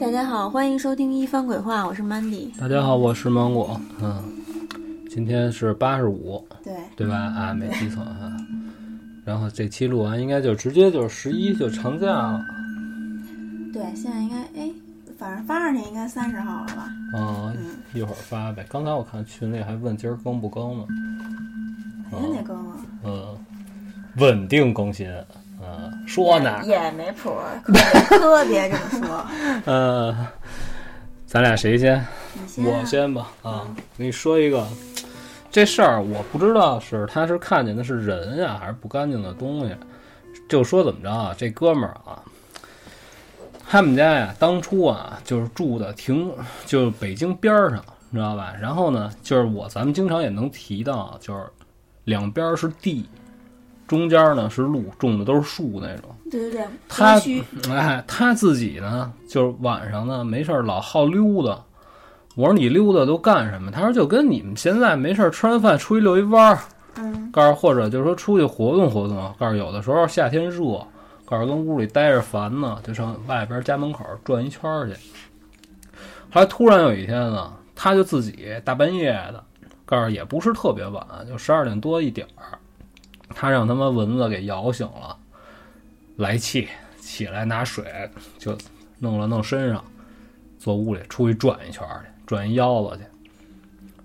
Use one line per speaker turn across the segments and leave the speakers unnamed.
大家好，欢迎收听《一番鬼话》，我是 Mandy。
大家好，我是芒果，嗯，今天是八十五，
对，
对吧？啊，没记错啊。然后这期录完应该就直接就是十一就长假了，
对，现在应该哎，反正发上去应该三十号了吧？
嗯
嗯，
一会儿发呗。刚才我看群里还问今儿更不更呢，
哎
肯定得更啊，
嗯，稳定更新，嗯，说呢，
也没谱儿，可别可别这么说。
呃，咱俩谁先？
你先啊，
我先吧，啊，我跟你说一个，这事儿啊我不知道是他是看见的是人呀、还是不干净的东西。就说怎么着啊，这哥们儿啊，他们家呀，当初啊就是住的挺就是北京边儿上，你知道吧？然后呢，就是我咱们经常也能提到，啊就是两边儿是地，中间儿呢是路，种的都是树那种。
对对对，
他
必须
哎，他自己呢，就是晚上呢没事儿老好溜达。我说你溜达都干什么？他说就跟你们现在没事儿吃完饭出去遛一弯儿，
嗯，
告诉或者就是说出去活动活动，告诉有的时候夏天热，告诉跟屋里待着烦呢，就上外边家门口转一圈儿去。后来突然有一天呢，他就自己大半夜的，告诉也不是特别晚，就十二点多一点儿，他让他妈蚊子给咬醒了，来气起来拿水就弄了弄身上，坐屋里出去转一圈儿去，转一腰子去。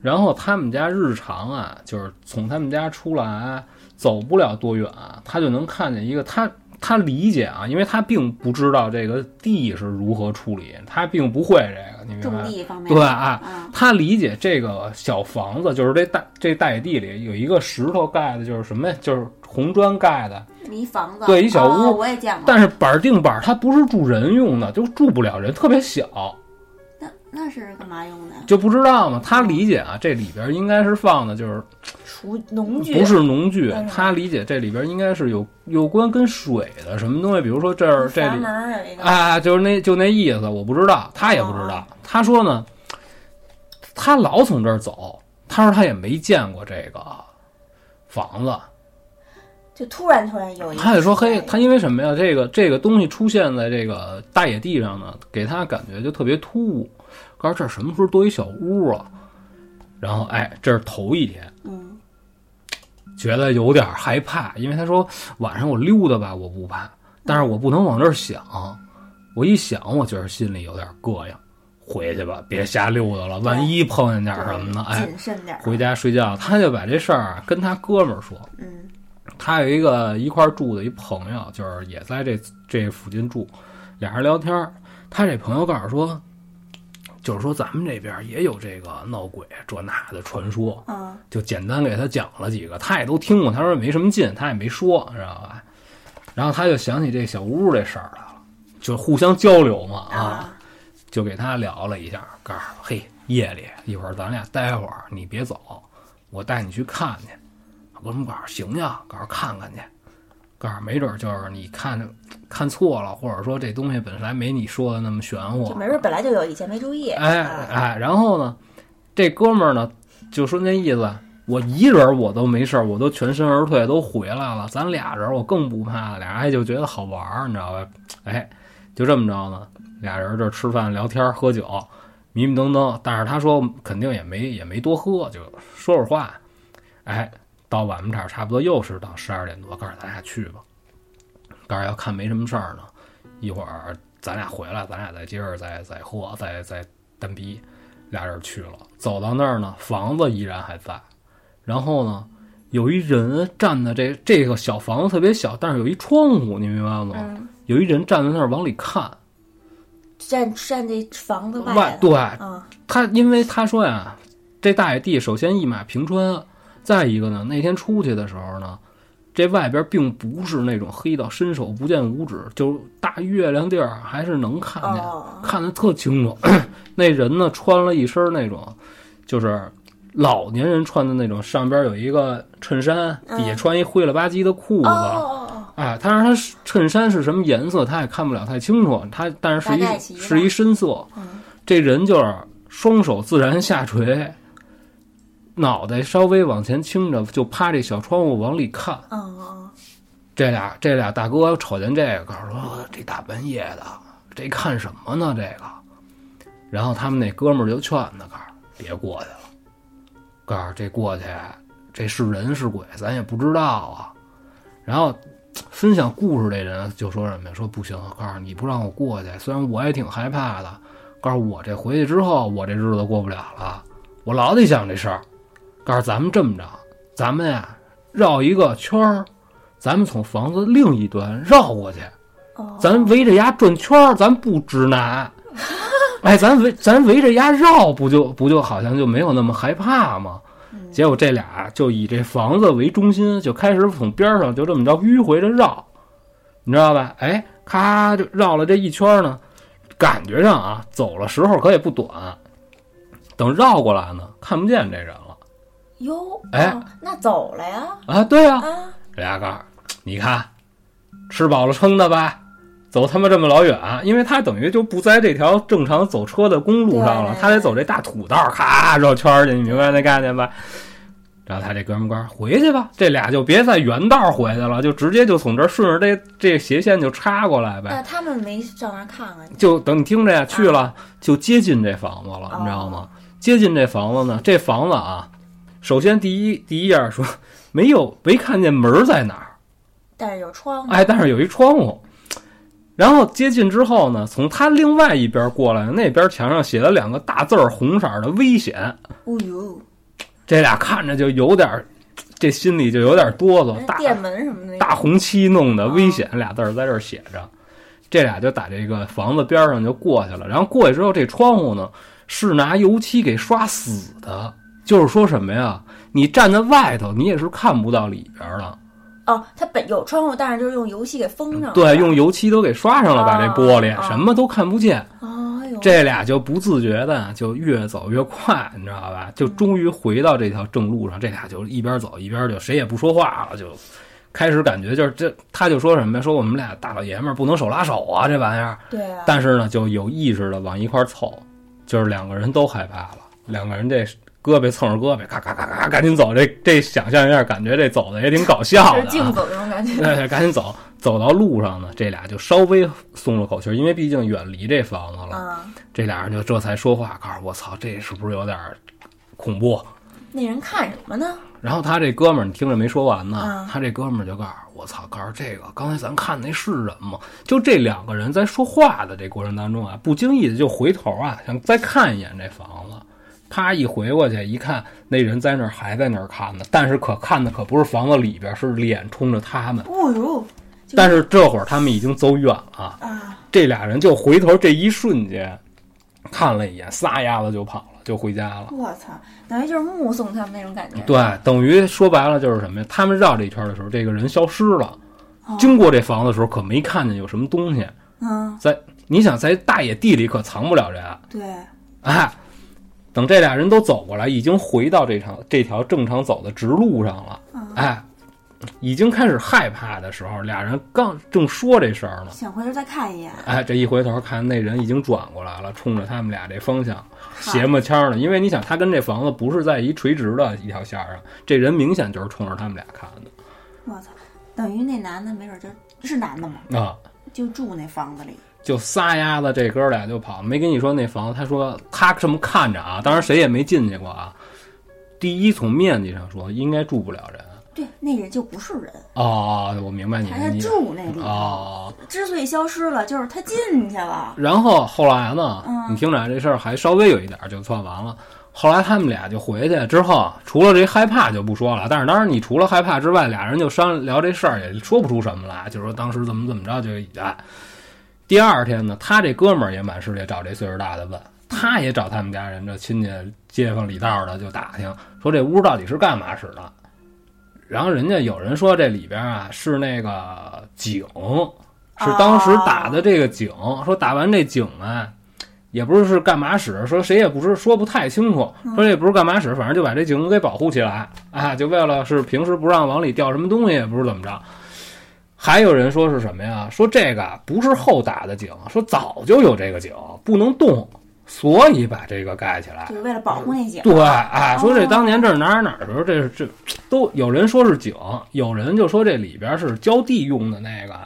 然后他们家日常啊，就是从他们家出来走不了多远啊，他就能看见一个他他理解啊，因为他并不知道这个地是如何处理，他并不会这个，你明白
种
吗？
地方面
对啊，
啊，
他理解这个小房子，就是这大这大野地里有一个石头盖的，就是什么呀？就是红砖盖的，
哦
一房子，
对一小
哦
屋
我也见过。
但是板儿定板儿，它不是住人用的，就住不了人，特别小，
那那是干嘛用的？
就不知道嘛。他理解啊，这里边应该是放的就是
厨农具
不是农具
嗯，
他理解这里边应该是有有关跟水的什么东西，比如说这儿这
阀
里
门儿有一个，
啊，就是那就那意思，我不知道，他也不知道。他说呢，他老从这儿走，他说他也没见过这个房子。
就突然突然有一个，
他也说，嘿，他因为什么呀？这个这个东西出现在这个大野地上呢，给他感觉就特别突兀。告诉这儿什么时候多一小屋啊？然后哎，这是头一天，
嗯，
觉得有点害怕，因为他说晚上我溜达吧，我不怕，但是我不能往这儿想，我一想我觉得心里有点膈应，回去吧，别瞎溜达了，万一碰见点儿什么呢？哎，
谨慎点儿，
回家睡觉，他就把这事儿啊跟他哥们儿说，
嗯
他有一个一块儿住的一朋友，就是也在这这附近住，俩人聊天儿。他这朋友告诉说，就是说咱们这边儿也有这个闹鬼这那的传说，
嗯，
就简单给他讲了几个，他也都听过，他说也没什么劲，他也没说，知道吧？然后他就想起这小屋这事儿来了，就互相交流嘛啊，
啊
就给他聊了一下，告诉他嘿，夜里一会儿咱俩待会儿，你别走，我带你去看去。我们告诉行呀，告诉看看去，告诉没准儿就是你看看错了，或者说这东西本来没你说的那么玄乎，
就没准儿本来就有，以前没注意，
哎
啊
哎，然后呢，这哥们儿呢就说那意思，我一人儿我都没事儿，我都全身而退，都回来了。咱俩人儿我更不怕了，俩人哎就觉得好玩儿，你知道吧？哎，就这么着呢，俩人儿这吃饭、聊天儿、喝酒，迷迷瞪瞪。但是他说肯定也没也没多喝，就说会儿话。哎，到晚上点儿差不多又是到十二点多，告诉咱俩去吧。告诉要看没什么事儿呢，一会儿咱俩回来，咱俩再接着再再喝，再再单逼，俩人去了。走到那儿呢，房子依然还在。然后呢，有一人站在这这个小房子特别小，但是有一窗户，你明白吗？
嗯
有一人站在那儿往里看，
站站这房子外
外
头，
对
啊，
他，因为他说呀，这大野地首先一马平川，再一个呢，那天出去的时候呢，这外边并不是那种黑到伸手不见五指，就是大月亮地儿还是能看见，
哦
看得特清楚。 那人呢穿了一身那种，就是老年人穿的那种，上边有一个衬衫，底下穿一灰了吧唧的裤
哦
子。
哦哦，
哎，但是他是衬衫是什么颜色，他也看不了太清楚。他但是是
大概
一
齐吧
是一深色，这人就是双手自然下垂，脑袋稍微往前倾着，就趴这小窗户往里看。
哦哦
这俩这俩大哥瞅见这个，告诉说这大半夜的，这看什么呢？这个然后他们那哥们儿就劝他，告诉别过去了，告诉这过去这是人是鬼，咱也不知道啊。然后分享故事这人就说什么呀？说不行，告诉你不让我过去，虽然我也挺害怕的，告诉我这回去之后，我这日子过不了了，我老得想这事儿。告诉咱们这么着，咱们呀绕一个圈儿，咱们从房子另一端绕过去，
哦，
咱围着牙转圈儿，咱不直男。哎，咱围咱围着牙绕，不就不就好像就没有那么害怕吗？结果这俩就以这房子为中心，就开始从边儿上就这么着迂回着绕，你知道吧？哎，咔就绕了这一圈儿呢，感觉上啊走了时候可也不短，等绕过来呢，看不见这人了
哟，
哎
哦，那走了呀
啊！对啊，
啊，
这俩告诉你看，吃饱了撑的吧，走他妈这么老远，因为他等于就不在这条正常走车的公路上了
对，
他得走这大土道，咔绕圈儿去，你明白那概念吧？然后他这哥们儿告诉回去吧，这俩就别在原道回去了，就直接就从这儿顺着这这斜线就插过来呗。
那他们没上那儿看看去，
就等你听着呀，去了就接近这房子了，你知道吗？接近这房子呢，这房子啊，首先第一第一样说没有没看见门儿在哪儿。
但是有窗户，
哎，但是有一窗户。然后接近之后呢，从他另外一边过来，那边墙上写了两个大字儿，红色儿的“危险
哦呦，”。
这俩看着就有点儿，这心里就有点哆嗦。大
那店门什么的，
大红漆弄的“
哦
危险”俩字儿在这儿写着，这俩就打这个房子边儿上就过去了。然后过去之后，这窗户呢是拿油漆给刷死的，就是说什么呀？你站在外头，你也是看不到里边儿的。
哦，它本有窗户，但是就是用油漆给封上了，
对，用油漆都给刷上了，把这玻璃
啊啊
什么都看不见。
哦，哎呦，
这俩就不自觉的就越走越快，你知道吧？就终于回到这条正路上，这俩就一边走一边就谁也不说话了，就开始感觉就是这，他就说什么呀？说我们俩大老爷们儿不能手拉手啊，这玩意儿。
对啊，
但是呢，就有意识的往一块儿凑，就是两个人都害怕了，两个人这胳膊蹭着胳膊，咔咔咔咔，赶紧走。这这想象一下，感觉这走的也挺搞笑
就
的、
是
啊。
竞走那种感觉，
对，赶紧走。走到路上呢，这俩就稍微松了口气儿，因为毕竟远离这房子了。
啊，
这俩人就这才说话，告诉我操，这是不是有点儿恐怖？
那人看什么呢？
然后他这哥们儿，你听着没说完呢
嗯，
他这哥们儿就告诉我我操，告诉这个刚才咱看那是人吗？就这两个人在说话的这过程当中啊，不经意的就回头啊，想再看一眼这房子，啪一回过去一看，那人在那儿还在那儿看呢，但是可看的可不是房子里边儿，是脸冲着他们。
哦呦，就
但是这会儿他们已经走远了，
啊，
这俩人就回头这一瞬间看了一眼，撒丫子就跑了，就回家了。
我操，
等于就是目送他们那种感觉，
对，等于说白了就是什么呀？他们绕这一圈的时候，这个人消失了。经过这房子的时候，可没看见有什么东西。
嗯，
在你想，在大野地里可藏不了人。
对，
哎，等这俩人都走过来，已经回到这场这条正常走的直路上了。哎，已经开始害怕的时候，俩人刚正说这事儿呢，
想回头再看一眼，
哎，这一回头看那人已经转过来了，冲着他们俩这方向斜么腔儿的。因为你想，他跟这房子不是在一垂直的一条线儿上，这人明显就是冲着他们俩看的
我操，等于那男的没准就是男的嘛，
啊。
就住那房子里，
就撒丫子，这哥俩就跑。没跟你说那房子，他说他这么看着啊，当然谁也没进去过啊。第一，从面积上说，应该住不了人。
对，那人就不是人，
哦，我明白你
他
的
是
意思。
住那地方，
哦，
之所以消失了，就是他进去了，
然后后来呢，
嗯
你听着这事儿还稍微有一点儿就算完了。后来他们俩就回去之后，除了这害怕就不说了。但是当然，你除了害怕之外，俩人就商聊这事儿，也说不出什么来，就说当时怎么怎么着就哎。第二天呢，他这哥们儿也满世界找这岁数大的问，他也找他们家人这亲戚街坊里道的就打听，说这屋到底是干嘛使的。然后人家有人说这里边啊是那个井，是当时打的这个井，说打完这井啊，也不是是干嘛使，说谁也不是说不太清楚，说这不是干嘛使，反正就把这井给保护起来啊，就为了是平时不让往里掉什么东西，也不是怎么着。还有人说是什么呀？说这个啊不是后打的井，说早就有这个井，不能动，所以把这个盖起来。
就是为了保护那井，
对，哎，说这当年这是哪儿哪儿的时候，这是这都有人说是井，有人就说这里边是浇地用的那个，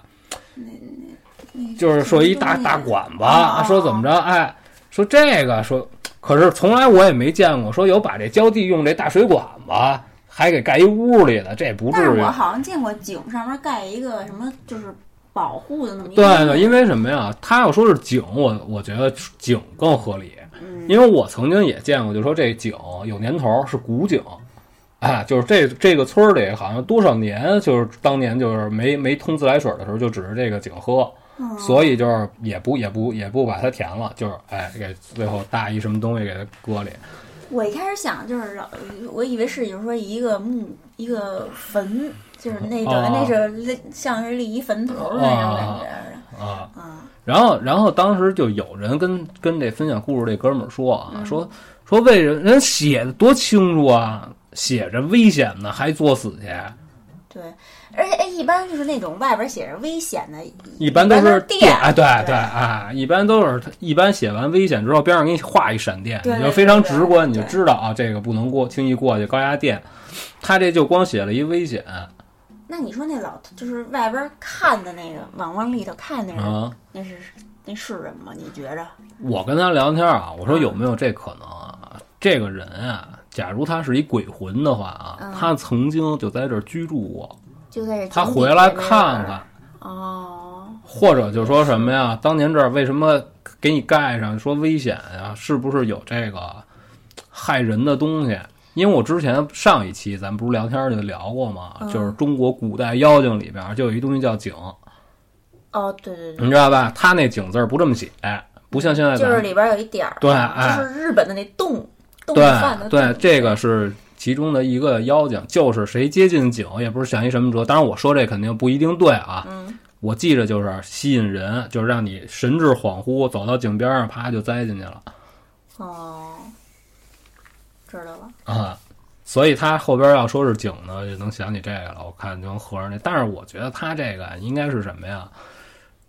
就是说一大大管子，
啊
说怎么着，哎，说这个说，可是从来我也没见过说有把这浇地用这大水管子还给盖一屋里的，这不
但
至
是
于
我。好像见过井上面盖一个什么，就是保护的那么一
对
个
对，因为什么呀？他要说是井，我我觉得井更合理，
嗯，
因为我曾经也见过，就说这井有年头，是古井，啊，就是这这个村儿里好像多少年，就是当年就是没没通自来水的时候，就指着这个井喝，
嗯
所以就是也不也不也不把它填了，就是哎给最后搭一什么东西给它搁里，
我一开始想就是老，
我以为是就是说一个墓一个坟，就是那种、
哦
那是立像是立一坟头的那种感觉似的。
啊。
啊，
然后，然后当时就有人跟跟这分享故事这哥们儿说
嗯
啊，说说为人人写的多清楚啊，写着危险呢，还作死去，
对，而且哎，一般就是那种外边写着危险的，
一般都是
电，
啊，对
对
啊，一般都是一般写完危险之后，边上给你画一闪电，
对
你
对
就非常直观，你
对
就
对
知道啊，这个不能过，轻易过去高压电。他这就光写了一危险
那你说那老就是外边看的那个，往往里头看那人，
啊。
那是那是人吗？你觉着？
我跟他聊天啊，我
嗯
说有没有这可能啊？这个人啊，假如他是一鬼魂的话啊
嗯，
他曾经就在这儿居住过，
就在这
他
井底
回来
那边
看看，
哦，
或者就说什么呀？当年这儿为什么给你盖上说危险呀？是不是有这个害人的东西？因为我之前上一期咱们不是聊天儿就聊过吗？
嗯
就是中国古代妖精里边儿就有一东西叫井，
哦，对对对，
你知道吧？他那井字儿不这么写，不像现在
就
咱
是
们
里边有一点儿，
对哎
就是日本的那洞洞饭的
对对
洞，
这个是其中的一个妖精，就是谁接近井，也不是想一什么辙。当然我说这肯定不一定对啊，
嗯，
我记着就是吸引人，就是让你神志恍惚，走到井边上，啪就栽进去了。
哦，知道了，
啊，所以他后边要说是井呢，就能想起这个了。我看就能合上这，但是我觉得他这个应该是什么呀？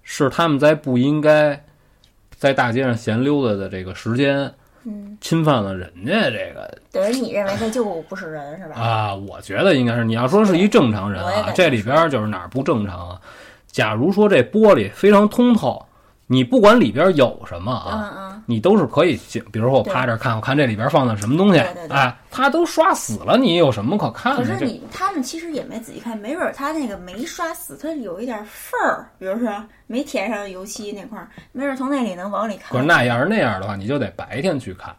是他们在不应该在大街上闲溜达的这个时间，
嗯，
侵犯了人家这个
等于你认为他就不是人是吧？
啊，我觉得应该是你要说是一正常人
我也
啊
感，觉
这里边就是哪儿不正常啊？假如说这玻璃非常通透，你不管里边有什么啊，
嗯嗯，
你都是可以进，比如说我趴这儿看，我看这里边放的什么东西，
对对对
哎，他都刷死了，你有什么可看
可
的？
是
这
你他们其实也没仔细看，没准儿他那个没刷死，他有一点缝儿，比如说没填上油漆那块儿，没准儿从那里能往里看。
可是那要是那样的话，你就得白天去看。
哦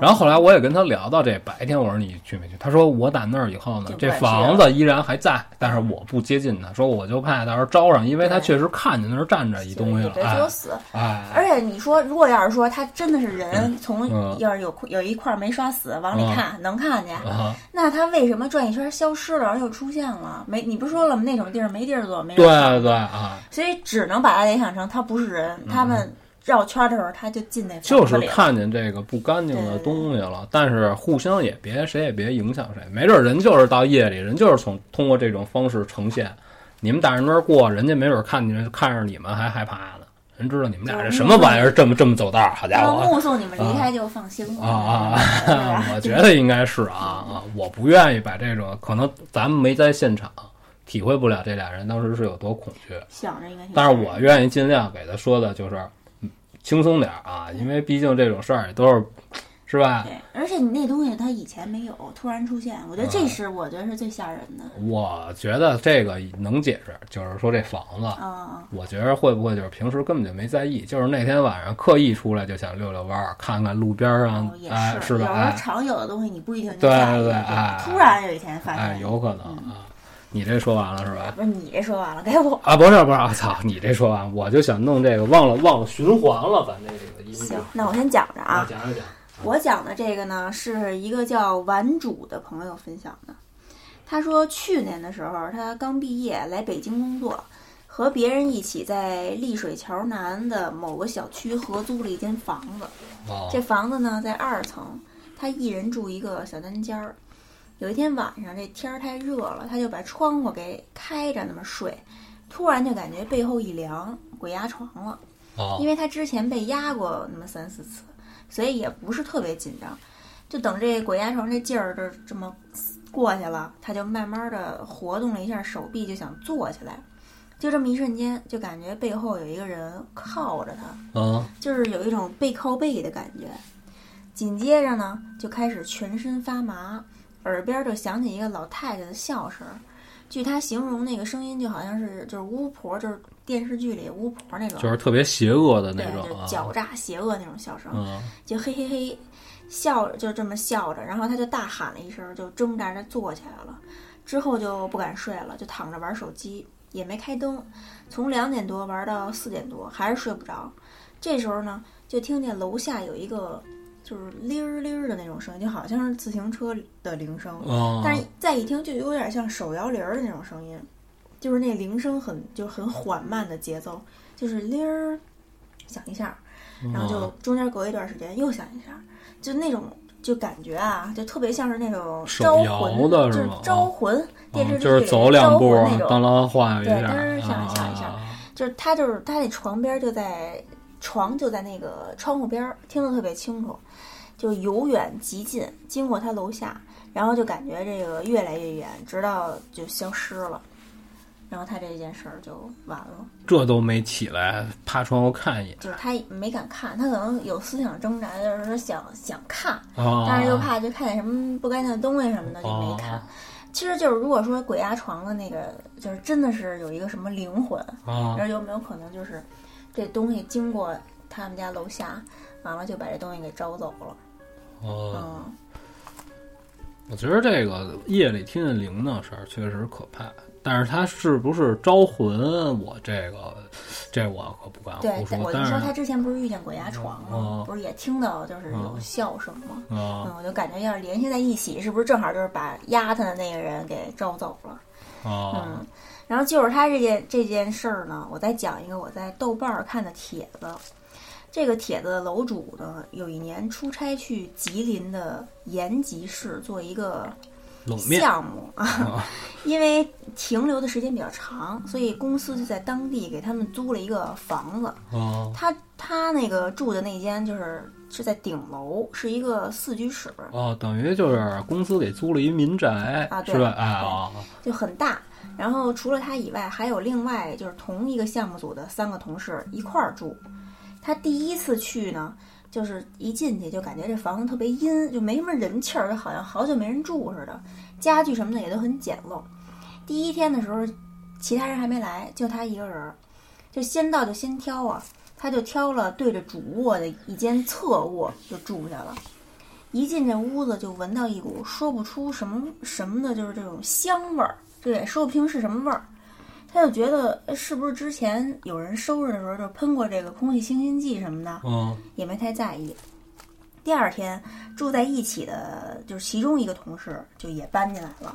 然后后来我也跟他聊到这白天，我说你去没去？他说我打那儿以后呢
就，不
这
敢去
房子依然还在，但是我不接近他，说我就怕到时候招上，因为
对
他确实看见那儿站着一东西
就
了，
别作死。
哎哎，
而且你说，如果要是说他真的是人，
嗯
从要是有有一块儿没刷死，往里看能看见，
啊，
那他为什么转一圈消失了，然后又出现了？没，你不是说了吗？那种地儿没地儿坐，没人
对
看
对啊，
所以只能把它联想成他不是人。他们绕圈儿的时候，他就进那
嗯就
房子
是
里了。
看见这个不干净的东西了，但是互相也别谁也别影响谁，没准人就是到夜里，人就是从通过这种方式呈现。你们打人那儿过，人家没准看见看着你们还害怕呢，人知道你们俩这什么玩意儿，这么这么走道儿，好家
然后
伙！
目送你们离开就放心了
啊啊
是吧
啊！我觉得应该是啊啊！我不愿意把这种可能咱们没在现场，体会不了这俩人当时是有多恐惧。
想着应该挺
但是我愿意尽量给他说的就是嗯轻松点儿啊，因为毕竟这种事儿也都是是吧？
对，而且你那东西它以前没有，突然出现，我觉得
嗯
这是我觉得是最吓人的。
我觉得这个能解释，就是说这房子，
啊、
我觉着会不会就是平时根本就没在意，就是那天晚上刻意出来就想溜溜弯儿，看看路边儿上
哦，也，
哎，
是
吧？
有时候
哎
常有的东西你不一定就
对
在意
对对
这个
哎
突然有一天发
哎，
现。
有可
嗯
能啊。你这说完了是吧？
不是你这说完了，该我。
啊，不是不是，我、操！你这说完，我就想弄这个，忘了忘了循环了，咱这个音乐。
行，那我先讲着啊。
讲讲讲。
我讲的这个呢，是一个叫玩主的朋友分享的。他说，去年的时候，他刚毕业来北京工作，和别人一起在丽水桥南的某个小区合租了一间房子。
哦，
这房子呢在二层，他一人住一个小单间儿。有一天晚上，这天儿太热了，他就把窗户给开着，那么睡。突然就感觉背后一凉，鬼压床了。
哦
因为他之前被压过那么三四次，所以也不是特别紧张。就等这鬼压床这劲儿这这么过去了，他就慢慢的活动了一下手臂，就想坐起来。就这么一瞬间，就感觉背后有一个人靠着他，
啊
就是有一种背靠背的感觉。紧接着呢，就开始全身发麻，耳边就响起一个老太太的笑声。据她形容，那个声音就好像是就是巫婆，就是电视剧里巫婆那种，
就是特别邪恶的那
对，就
种
是
啊，
狡诈邪恶那种笑声，
嗯
就嘿嘿嘿笑，就这么笑着。然后她就大喊了一声，就挣扎着坐起来了。之后就不敢睡了，就躺着玩手机，也没开灯，从两点多玩到四点多，还是睡不着。这时候呢，就听见楼下有一个就是铃儿铃儿的那种声音，就好像是自行车的铃声，
啊，
但是再一听就有点像手摇铃儿的那种声音，就是那铃声很就很缓慢的节奏，就是铃儿响一下，然后就
啊
中间隔一段时间又响一下，就那种就感觉啊，就特别像是那种
手
招
摇
魂
的
就是是
吗
招魂电视
嗯
剧
就是
里
走
的
两
招
步啊
魂那，种，
当啷晃悠一
对
下，
噔上一下一下
啊
就是他就是他那床边儿就在床就在那个窗户边儿，听得特别清楚，就由远及近，经过他楼下，然后就感觉这个越来越远，直到就消失了，然后他这件事儿就完了。
这都没起来，趴窗户看一眼
就是他也没敢看，他可能有思想挣扎，就是说想想看，
啊，
但是又怕就看见什么不干净的东西什么的就
哦
没看。其实就是如果说鬼压床的那个，就是真的是有一个什么灵魂，
啊
你知道有没有可能就是这东西经过他们家楼下，完了就把这东西给招走了？
哦，
嗯，
我觉得这个夜里听见铃的事儿确实可怕，但是它是不是招魂，我这个这我可不敢
对
啊胡，
但
说
我，就
但
说
是
他之前不是遇见鬼压床吗？
嗯
不是也听到就是有
嗯
笑声吗？
啊
嗯，我就感觉要是联系在一起，是不是正好就是把压他的那个人给招走了？
啊
嗯，然后就是他这件这件事儿呢，我再讲一个我在豆瓣儿看的帖子。这个帖子的楼主呢，有一年出差去吉林的延吉市做一个
冷面
项目啊， 因为停留的时间比较长，所以公司就在当地给他们租了一个房子。
啊
他他那个住的那间就是是在顶楼，是一个四居室，
哦，等于就是公司给租了一民宅
啊对
是吧？啊
就很大。然后除了他以外，还有另外就是同一个项目组的三个同事一块儿住。他第一次去呢，就是一进去就感觉这房子特别阴，就没什么人气儿，就好像好久没人住似的。家具什么的也都很简陋。第一天的时候，其他人还没来，就他一个人儿，就先到就先挑啊。他就挑了对着主卧的一间侧卧就住下了。一进这屋子就闻到一股说不出什么什么的，就是这种香味儿，这也说不清是什么味儿。他就觉得哎是不是之前有人收拾的时候就喷过这个空气清新剂什么的，
嗯
也没太在意。第二天住在一起的，就是其中一个同事就也搬进来了，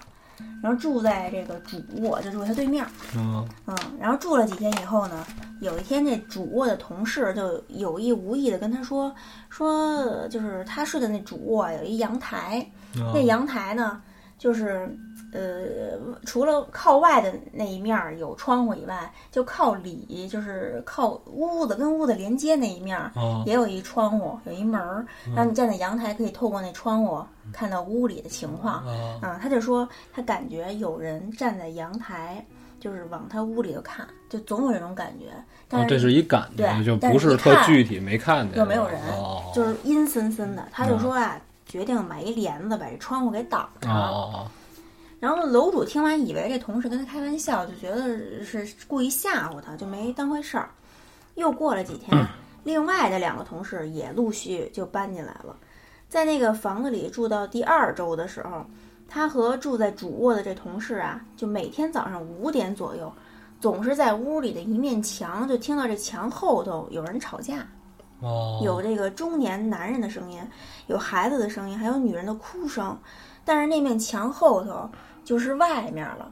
然后住在这个主卧，就住他对面儿。
嗯
嗯，然后住了几天以后呢，有一天这主卧的同事就有意无意的跟他说，说呃就是他睡的那主卧啊有一阳台，
嗯
那阳台呢，就是呃，除了靠外的那一面儿有窗户以外，就靠里，就是靠屋子跟屋子连接那一面儿
啊
也有一窗户，有一门儿，然后你站在阳台可以透过那窗户看到屋里的情况。
啊
啊，他就说他感觉有人站在阳台，就是往他屋里头看，就总有这种感觉。但
啊，
是、
这是一感觉，
对
就
但
不
是一
特
看
具体，没看见
有没有人
哦
就是阴森森的。他就
嗯
说啊，决定买一帘子把这窗户给挡上。
哦
然后楼主听完以为这同事跟他开玩笑，就觉得是故意吓唬他，就没当回事儿。又过了几天，另外的两个同事也陆续就搬进来了。在那个房子里住到第二周的时候，他和住在主卧的这同事啊，就每天早上五点左右，总是在屋里的一面墙就听到这墙后头有人吵架，
哦
有这个中年男人的声音，有孩子的声音，还有女人的哭声，但是那面墙后头就是外面了，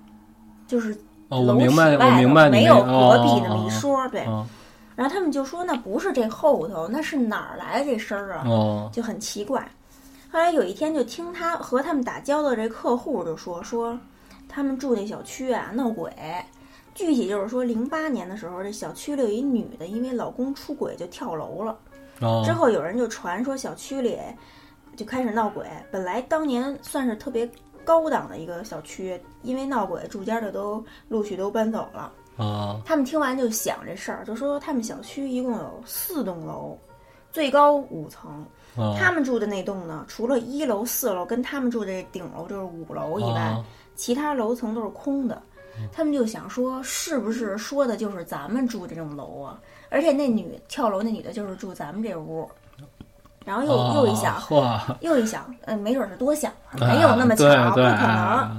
就是
哦，我
楼
明
体
白，
外
我明白
头
你
没
那
有
个
隔壁那么一。
哦
说，对。
哦
然后他们就说那不是这后头，那是哪儿来的这声儿啊？
哦
就很奇怪。后来有一天就听他和他们打交道的这客户就说说，他们住那小区啊闹鬼，具体就是说零八年的时候，这小区里有一女的因为老公出轨就跳楼了。
哦，
之后有人就传说小区里就开始闹鬼，本来当年算是特别高档的一个小区，因为闹鬼，住家的都陆续都搬走了。
啊，
他们听完就想这事儿，就说他们小区一共有四栋楼，最高五层。他
他
们住的那栋呢，除了一楼、四楼跟他们住的顶楼就是五楼以外，
哦
其他楼层都是空的。他们就想说，是不是说的就是咱们住这种楼啊？而且那女跳楼那女的就是住咱们这屋。然后又、又一想，
哦嚯，
又一想，嗯、没准是多想了，没有那么巧，
啊啊
不
对
可
对
能。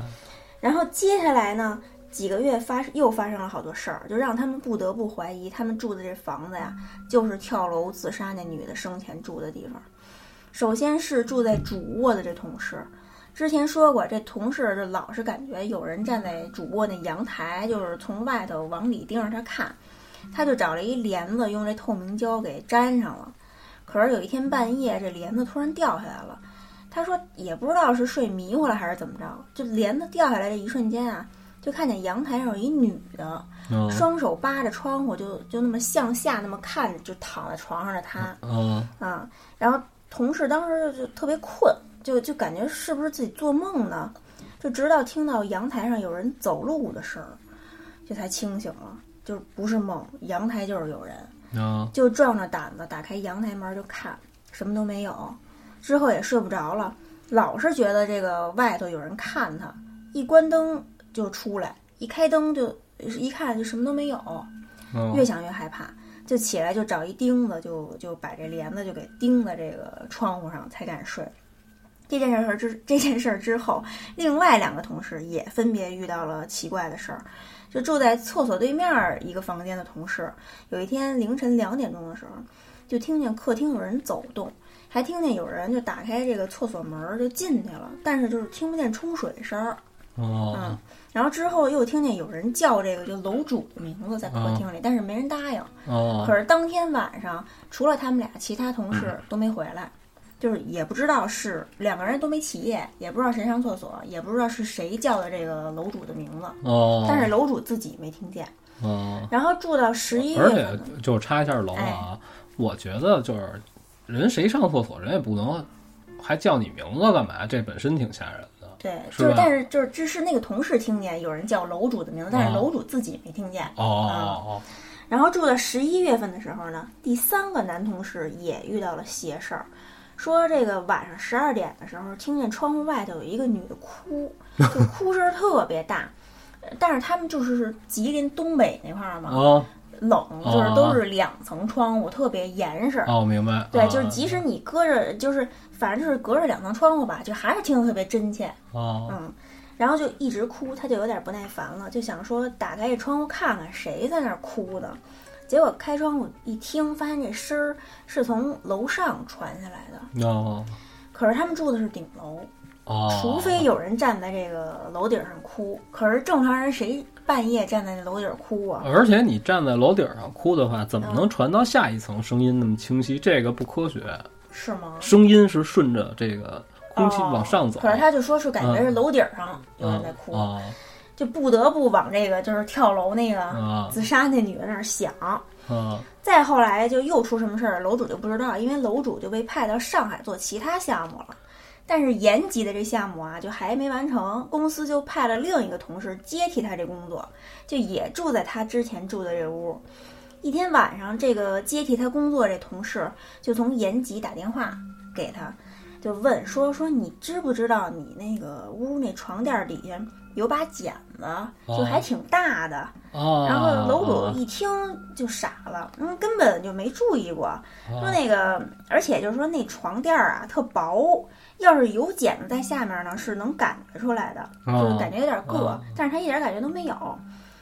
然后接下来呢，几个月发又发生了好多事儿，就让他们不得不怀疑他们住的这房子呀，就是跳楼自杀那女的生前住的地方。首先是住在主卧的这同事，之前说过，这同事就老是感觉有人站在主卧那阳台，就是从外头往里盯着他看，他就找了一帘子，用这透明胶给粘上了。可是有一天半夜，这帘子突然掉下来了。他说也不知道是睡迷糊了还是怎么着，就帘子掉下来这一瞬间啊，就看见阳台上有一女的，
嗯
双手扒着窗户，就就那么向下那么看着，就躺在床上的她
嗯
啊。然后同事当时就就特别困，就就感觉是不是自己做梦呢？就直到听到阳台上有人走路的声儿，这才清醒了，就是不是梦，阳台就是有人。
嗯
就壮着胆子打开阳台门就看，什么都没有。之后也睡不着了，老是觉得这个外头有人看他，一关灯就出来，一开灯就一看就什么都没有，越
嗯，
想越害怕，就起来就找一钉子，就就把这帘子就给钉在这个窗户上，才敢睡。这件事儿之这件事儿之后，另外两个同事也分别遇到了奇怪的事儿。就住在厕所对面儿一个房间的同事，有一天凌晨两点钟的时候，就听见客厅有人走动，还听见有人就打开这个厕所门儿就进去了，但是就是听不见冲水声儿。嗯
哦，
然后之后又听见有人叫这个就楼主的名字在客厅里，但是没人答应。
哦，
可是当天晚上，除了他们俩，其他同
嗯
事都没回来，就是也不知道是两个人都没起夜，也不知道谁上厕所，也不知道是谁叫的这个楼主的名字，
哦，
但是楼主自己没听见。
哦，
然后住到十一月
而
份呢，
且就插一下楼
哎
啊，我觉得就是人谁上厕所人也不能还叫你名字干嘛？这本身挺吓人的。
对，就
是
是
吧
但是就是只是那个同事听见有人叫楼主的名字，但是
啊
楼主自己没听见。
哦哦
然后住到十一月份的时候呢，第三个男同事也遇到了邪事儿，说这个晚上十二点的时候，听见窗户外头有一个女的哭，就哭声儿特别大。呃但是他们就是吉林东北那块儿嘛，
哦
冷，就是都是两层窗户，特别严实。
哦，明白。
对，就是即使你隔着，就是反正就是隔着两层窗户吧，就还是听得特别真切。
哦
嗯，然后就一直哭，他就有点不耐烦了，就想说打开这窗户看看谁在那儿哭呢。结果开窗户一听，发现这声儿是从楼上传下来的。
哦
可是他们住的是顶楼，
哦，
除非有人站在这个楼顶上哭。可是正常人谁半夜站在那楼顶哭啊？
而且你站在楼顶上哭的话，
嗯
怎么能传到下一层声音那么清晰？这个不科学。
是吗？
声音是顺着这个空气
哦
往上走。嗯
可是他就说是感觉是楼顶上有人在哭，
啊
就不得不往这个就是跳楼那个、
啊
自杀那女的那儿想。
啊
再后来就又出什么事儿，楼主就不知道，因为楼主就被派到上海做其他项目了。但是延吉的这项目啊，就还没完成，公司就派了另一个同事接替他这工作，就也住在他之前住的这屋。一天晚上，这个接替他工作这同事就从延吉打电话给他，就问说说你知不知道你那个屋那床垫底下有把剪子，
哦
就还挺大的，
啊！
然后楼主一听就傻了，嗯，根本就没注意过，说那个，而且就是说那床垫儿啊特薄，要是有茧子在下面呢，是能感觉出来的，就是感觉有点硌
啊，
但是他一点感觉都没有。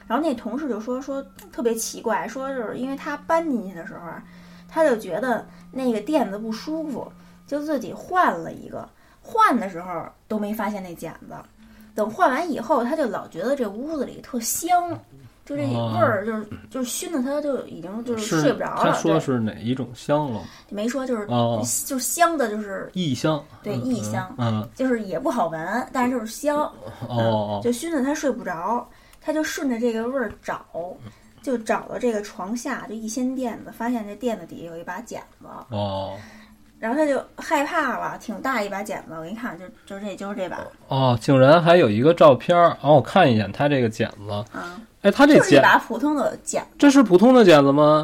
然后那同事就说说特别奇怪，说就是因为他搬进去的时候啊，他就觉得那个垫子不舒服，就自己换了一个，换的时候都没发现那茧子，等换完以后，他就老觉得这屋子里特香，就这味儿就是就是熏的他就已经就是
哦是
睡不着
他
了，
说
对，
是哪一种香了？
没说就是
哦，
就是香的，就是
异香。
对异香
嗯。嗯
就是也不好闻，但是就是香，
哦
就熏得他睡不着，他就顺着这个味儿找，就找到这个床下，就一掀垫子，发现这垫子底下有一把剪子，
哦哦
然后他就害怕了，挺大一把剪子，我一看就
哦
就这就是这把，
哦，竟然还有一个照片儿，然后我看一眼他这个剪子，
啊，
哎，他这
就是一
剪
把普通的剪，
这是普通的剪子吗？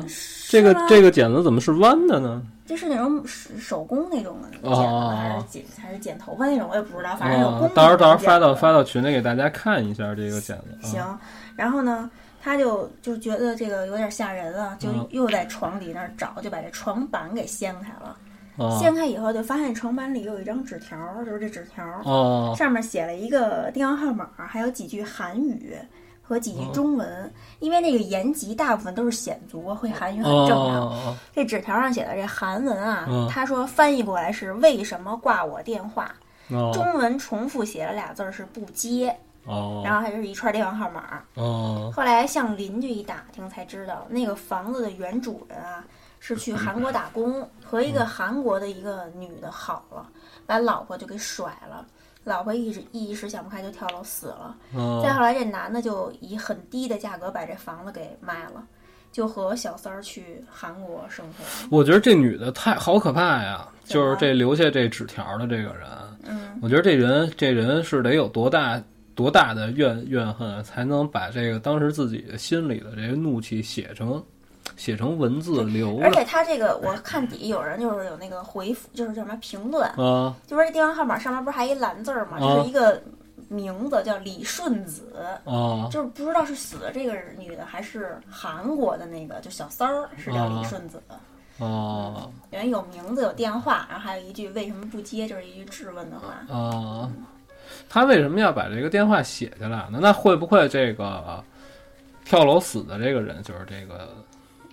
这个
是吗啊
这个剪子怎么是弯的呢？
这是那种手手工那种的剪
哦哦哦
子，还是剪还是剪头发那种，我也不知道，反正有
啊
工，
到时候到时候发到
的
发到群里给大家看一下这个剪子。啊，
行，然后呢，他就就觉得这个有点吓人了，就
嗯
又在床底那儿找，就把这床板给掀开了。
啊
掀开以后，就发现床板里有一张纸条儿，就是这纸条儿
哦
上面写了一个电话号码，还有几句韩语。和几
哦
句中文，因为那个延吉大部分都是鲜族，会韩语很正常。
哦，
这纸条上写的这韩文啊，
嗯
他说翻译过来是“为什么挂我电话”，
哦
中文重复写了俩字儿是“不接”，然
哦
后还就是一串电话号码。
哦
后来向邻居一打听才知道，那个房子的原主人啊是去韩国打工，和一个韩国的一个女的好了，把老婆就给甩了。老婆一直一时想不开就跳楼死了。再
哦，
后来，这男的就以很低的价格把这房子给卖了，就和小三儿去韩国生活。
我觉得这女的太好可怕呀！
怎么
就
了
是这留下这纸条的这个人，
啊嗯，
我觉得这人这人是得有多大多大的怨怨恨，啊才能把这个当时自己的心里的这些怒气写成写成文字留
而
着
且他这个，我看底下有人就是有那个回复，就是叫什么评论，
啊
就说这电话号码上面不是还一蓝字儿吗？
啊
就是一个名字叫李顺子。
啊
就是不知道是死的这个女的还是韩国的那个，就小三儿是叫李顺子，
啊
人有名字有电话，然后还有一句为什么不接，就是一句质问的话。
啊！他为什么要把这个电话写下来呢？那会不会这个跳楼死的这个人就是这个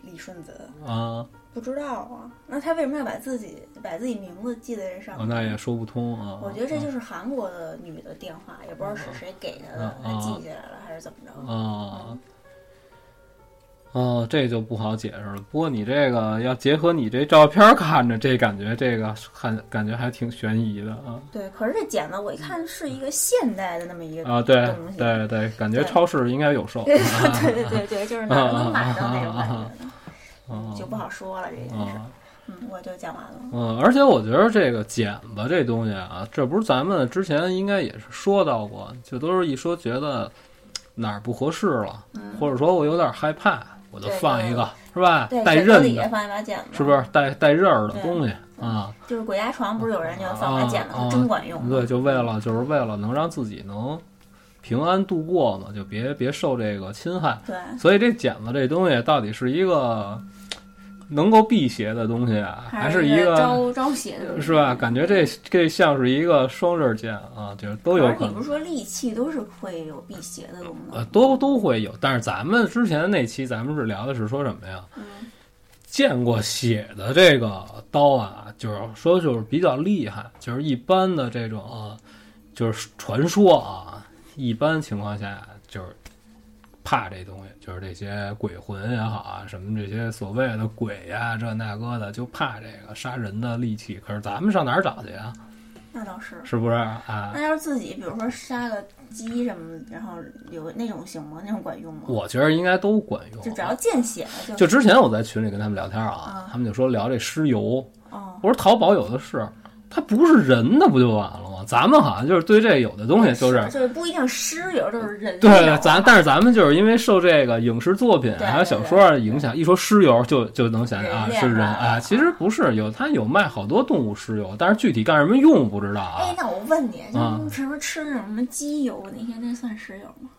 李顺子
啊？
不知道啊，那他为什么要把自己把自己名字记在这上
哦
面？
那也说不通啊。
我觉得这就是韩国的女的电话，也不知道是谁给她的，
嗯
记下来了还是怎么着。
啊，哦，这就不好解释了。不过你这个要结合你这照片儿看着，这感觉这个还感觉还挺悬疑的啊
对，可是这剪子我一看是一个现代的那么一个
啊！对
东西
对对，感觉
对
超市应该有售
对对对对对，就是哪儿都能买到那种感
啊
觉的，
啊
就不好说了这件事。
啊
嗯，我就讲完了。
嗯，而且我觉得这个剪子这东西啊，这不是咱们之前应该也是说到过，就都是一说觉得哪儿不合适了，或者说我有点害怕，我就
嗯对
放一个，是吧
对，？
带
枕
刃
头
的，
底下放一把剪子，
是不是？带带刃儿的
对
东西啊？
就是鬼压床，不是有人就放
啊
把剪子，
啊
真管用。
对，就为了就是为了能让自己能平安度过嘛，就别别受这个侵害。
对，
所以这剪子这东西到底是一个能够辟邪的东西啊，还
是
是一个
招招邪的，
是吧？？感觉这这像是一个双刃剑啊，就是都有
而
可
你不
能
是。说利器都是会有辟邪的功
呃
能？，
都都会有，但是咱们之前那期咱们是聊的是说什么呀？
嗯
见过血的这个刀啊，就是说就是比较厉害，就是一般的这种、啊，就是传说啊，一般情况下就是怕这东西，就是这些鬼魂也好啊，什么这些所谓的鬼呀、这那个的，就怕这个杀人的利器。可是咱们上哪儿找去啊？
那倒是。
是不是啊
那？要是自己，比如说杀个鸡什么，然后有那种行吗？那种管用吗？
我觉得应该都管
就
用
只。要见血了
就
就
之前我在群里跟他们聊天啊
啊，
他们就说聊这尸油，
哦，
我说淘宝有的是，它不是人的不就完了吗？咱们好像就是对这有的东西就是。
就是不一定尸油，就是人
对
那种啊
咱但是咱们就是因为受这个影视作品
对
还有小说的影响，一说尸油就就能想起啊
人
是人
类吧
啊，其实不是有它有卖好多动物尸油，但是具体干什么用不知道
哎
啊，。
那我问你，
啊
就是什么吃那种什么鸡油那些，那算石油吗？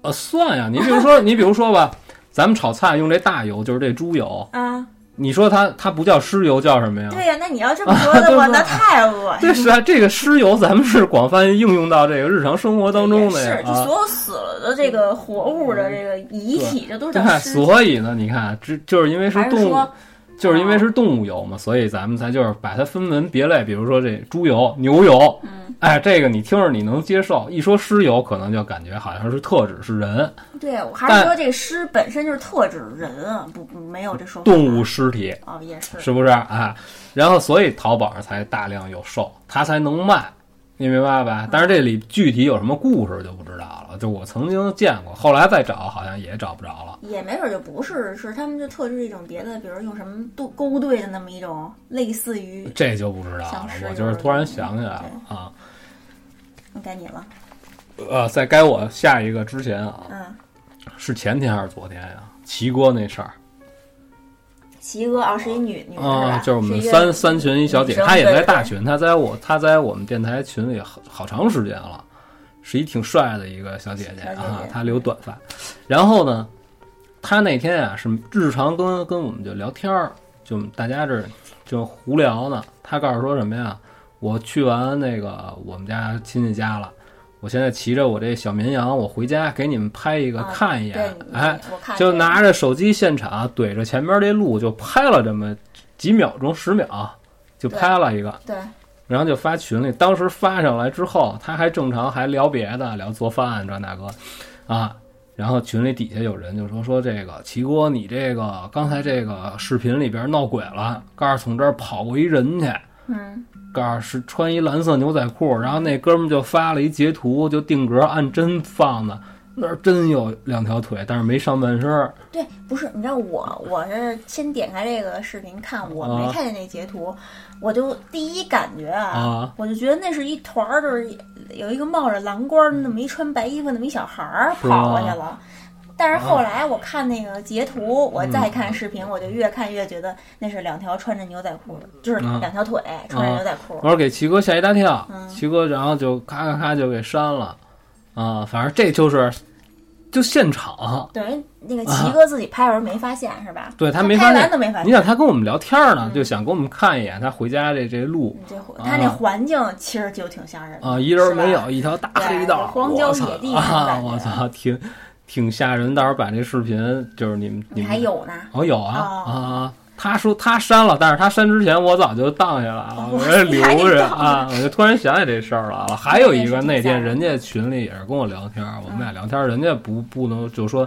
呃，算呀，你比如说你比如说吧，咱们炒菜用这大油就是这猪油，
啊，
你说它它不叫尸油叫什么呀？
对呀，那你要这么说的话，
对吧
那太恶心
这是啊，这个尸油咱们是广泛应用到这个日常生活当中的呀
也是，就
啊。嗯
所有死了的这个活物的这个遗体，这都叫
啊对，
尸体。
所以呢，你看，这就是因为是
还是
动物
说，哦
就是因为是动物油嘛，所以咱们才就是把它分门别类，比如说这猪油、牛油，
嗯，
哎，这个你听着你能接受，一说尸油，可能就感觉好像是特指是人
对我还是说这尸本身就是特指人啊，不不没有这说法
动物尸体，
哦，也是
是不是啊？然后所以淘宝上才大量有售，它才能卖。你明白吧？但是这里具体有什么故事就不知道了。就我曾经见过，后来再找好像也找不着了。
也没准就不是，是他们就特指一种别的，比如用什么勾勾兑的那么一种，类似于
这就不知道了
像，是
我
有
就是
点
突然
儿
想起来了啊。
该你了，
呃，在该我下一个之前啊，
嗯
是前天还是昨天呀、齐哥那事儿
齐哥啊，是一女女的
啊，
吧？
就是我们
一个
三三群一小姐
女，生
她也
对
在
对
大群，她在我她在我们电台群里好好长时间了，是一挺帅的一个小姐姐
小姐姐
啊，她留短发。然后呢，她那天啊是日常跟跟我们就聊天儿，就大家这就胡聊呢。她告诉说什么呀？我去完那个我们家亲戚家了，我现在骑着我这小绵羊，我回家给你们拍一个
啊
看一眼
对，，你
哎，，
我看
就
见
拿着手机现场怼着前边这路就拍了这么几秒钟，十秒就拍了一个，
对
然后就发群里。当时发上来之后，他还正常还聊别的，聊做饭这那个啊。然后群里底下有人就说说这个齐哥，你这个刚才这个视频里边闹鬼了，告诉从这儿跑过一人去，
嗯，
告诉是穿一蓝色牛仔裤，然后那哥们儿就发了一截图，就定格按真放的，那儿真有两条腿，但是没上半身儿。
对，不是，你知道我我是先点开这个视频看，我
啊
没看见那截图，我就第一感觉
啊
我就觉得那是一团儿，就是有一个冒着蓝光儿那么一穿白衣服那么一小孩儿
是吗啊
跑过去了。但是后来我看那个截图，我
嗯
再看视频，我就越看越觉得那是两条穿着牛仔裤的，就是
啊
两条腿穿着牛仔裤。
我说给齐哥吓一大跳，
嗯
齐哥然后就咔咔咔就给删了，啊，反正这就是就现场，
等于那个齐哥自己拍的时候没发现是吧？
啊对他
他
没发
拍完
现。
都没发
你
现。
想他跟我们聊天呢，
嗯
就想跟我们看一眼他回家这这路
你这会
啊
他那环境其实就挺吓人的
啊，一人没
是吧
有，一条大黑
对
道，
荒郊
我操
野地那种
啊，
感觉
我操，挺挺吓人。到时候把这视频就是你们你
你
们
还有呢？
哦有啊
哦
啊。他说他删了，但是他删之前我早就荡下来了，我
哇
这
你哦还
留
给
着
荡了
啊，我就突然想起这事儿来了。还有一个
那天是挺
那天
吓嗯
人
人
家群里也是跟我聊天，我们俩聊天，人家不不能就说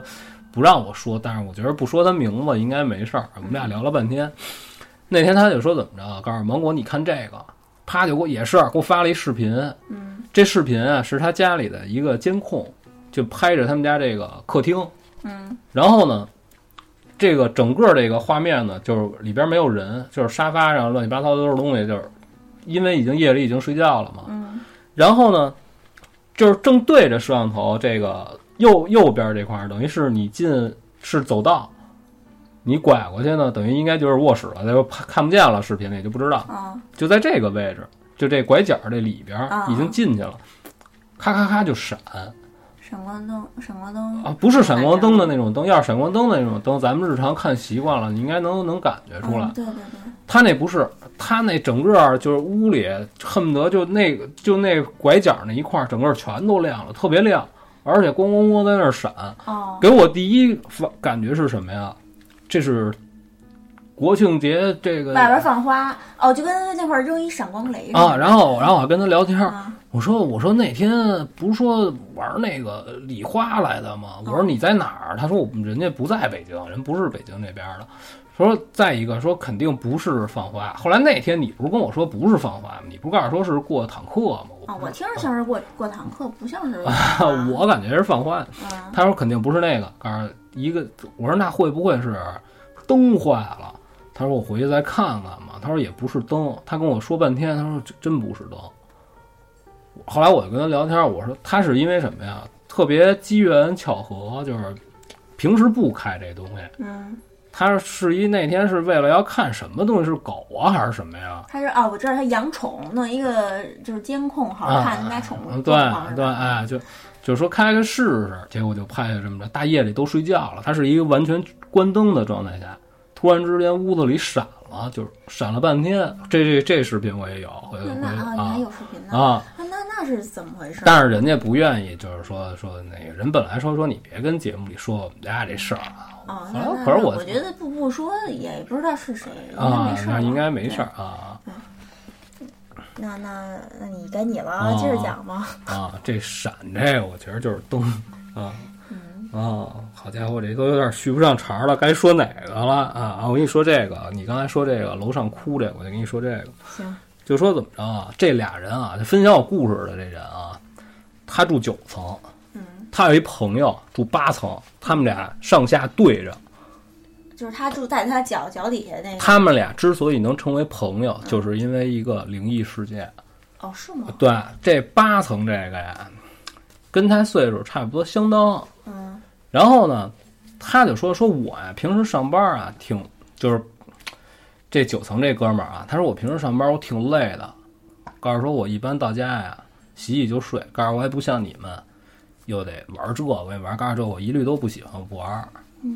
不让我说，但是我觉得不说他名字应该没事儿。我们
嗯
俩聊了半天，那天他就说怎么着，告诉芒果你看这个，啪就给我也是给我发了一视频，
嗯
这视频啊是他家里的一个监控，就拍着他们家这个客厅，
嗯
然后呢，这个整个这个画面呢，就是里边没有人，就是沙发上乱七八糟的都是东西，就是因为已经夜里已经睡觉了嘛。
嗯
然后呢，就是正对着摄像头这个右右边这块儿，等于是你进是走道，你拐过去呢，等于应该就是卧室了，就怕看不见了，视频里就不知道。
啊
就在这个位置，就这拐角这里边
啊
已经进去了，咔咔咔就闪。
闪光灯，闪光灯，
啊，不是闪光灯的
嗯
那种灯，要是闪光灯的那种灯，咱们日常看习惯了，你应该能能感觉出来
嗯。对对对，
他那不是，他那整个儿就是屋里恨不得就那个就那拐角那一块儿，整个儿全都亮了，特别亮，而且咣咣咣在那儿闪。
哦
给我第一反感觉是什么呀？这是国庆节这个
外边放花哦，就跟那会儿扔一闪光雷似的
啊，然后然后我还跟他聊天儿，
啊
我说我说那天不是说玩那个礼花来的吗？我说你在哪儿？他说我们人家不在北京，人不是北京这边的。说再一个说肯定不是放花。后来那天你不是跟我说不是放花吗？你不是告诉说是过坦克吗？
啊！
我
我听着像是过过坦克，不像是
啊 我感觉是放花。
啊
他说肯定不是那个，告诉一个，我说那会不会是灯坏了？他说我回去再看看吧。啊他说也不是灯，他跟我说半天，他说这真不是灯。后来我就跟他聊天，我说他是因为什么呀？特别机缘巧合，就是平时不开这东西。
嗯，
他是一那天是为了要看什么东西，是狗啊还是什么呀？
他是啊，我知道他养宠，弄一个就是监控，好
啊
看人家宠物
嗯，对
状况是
对，
吧
哎，就就说开开试试，结果就拍下这么着，大夜里都睡觉了，它是一个完全关灯的状态下，突然之间屋子里闪了，就是闪了半天，这这这视频我也有，回头
那那啊，
回头
你还
啊
有视频呢
啊，
啊？那那是怎么回事？
但是人家不愿意，就是说说那个人本来说说你别跟节目里说我们家这事儿啊，
哦，
后
那
来
那
可是
那
我
我觉得不不说也不知道是谁，应该
啊
哦没，事儿
那
吧，
应该没事儿啊
对。那那那你该你了啊，
哦
接着讲吧。
啊，这闪这个我觉得就是灯啊。
嗯
哦，好家伙，这都有点续不上茬儿了，该说哪个了啊？啊，我跟你说这个，你刚才说这个楼上哭这个，我就跟你说这个，
行，
就说怎么着啊？这俩人啊，就分享我故事的这人啊，他住九层，
嗯，
他有一朋友住八层，他们俩上下对着，
就是他住在他脚脚底下那个。
他们俩之所以能成为朋友，就是因为一个灵异事件。
哦，是吗？
对，这八层这个呀，跟他岁数差不多相当，
嗯，
然后呢，他就说说我呀、平时上班啊挺就是这九层这哥们儿啊，他说我平时上班我挺累的，告诉说我一般到家呀洗洗就睡，告诉我还不像你们又得玩这我也玩，告诉这我一律都不喜欢不玩儿，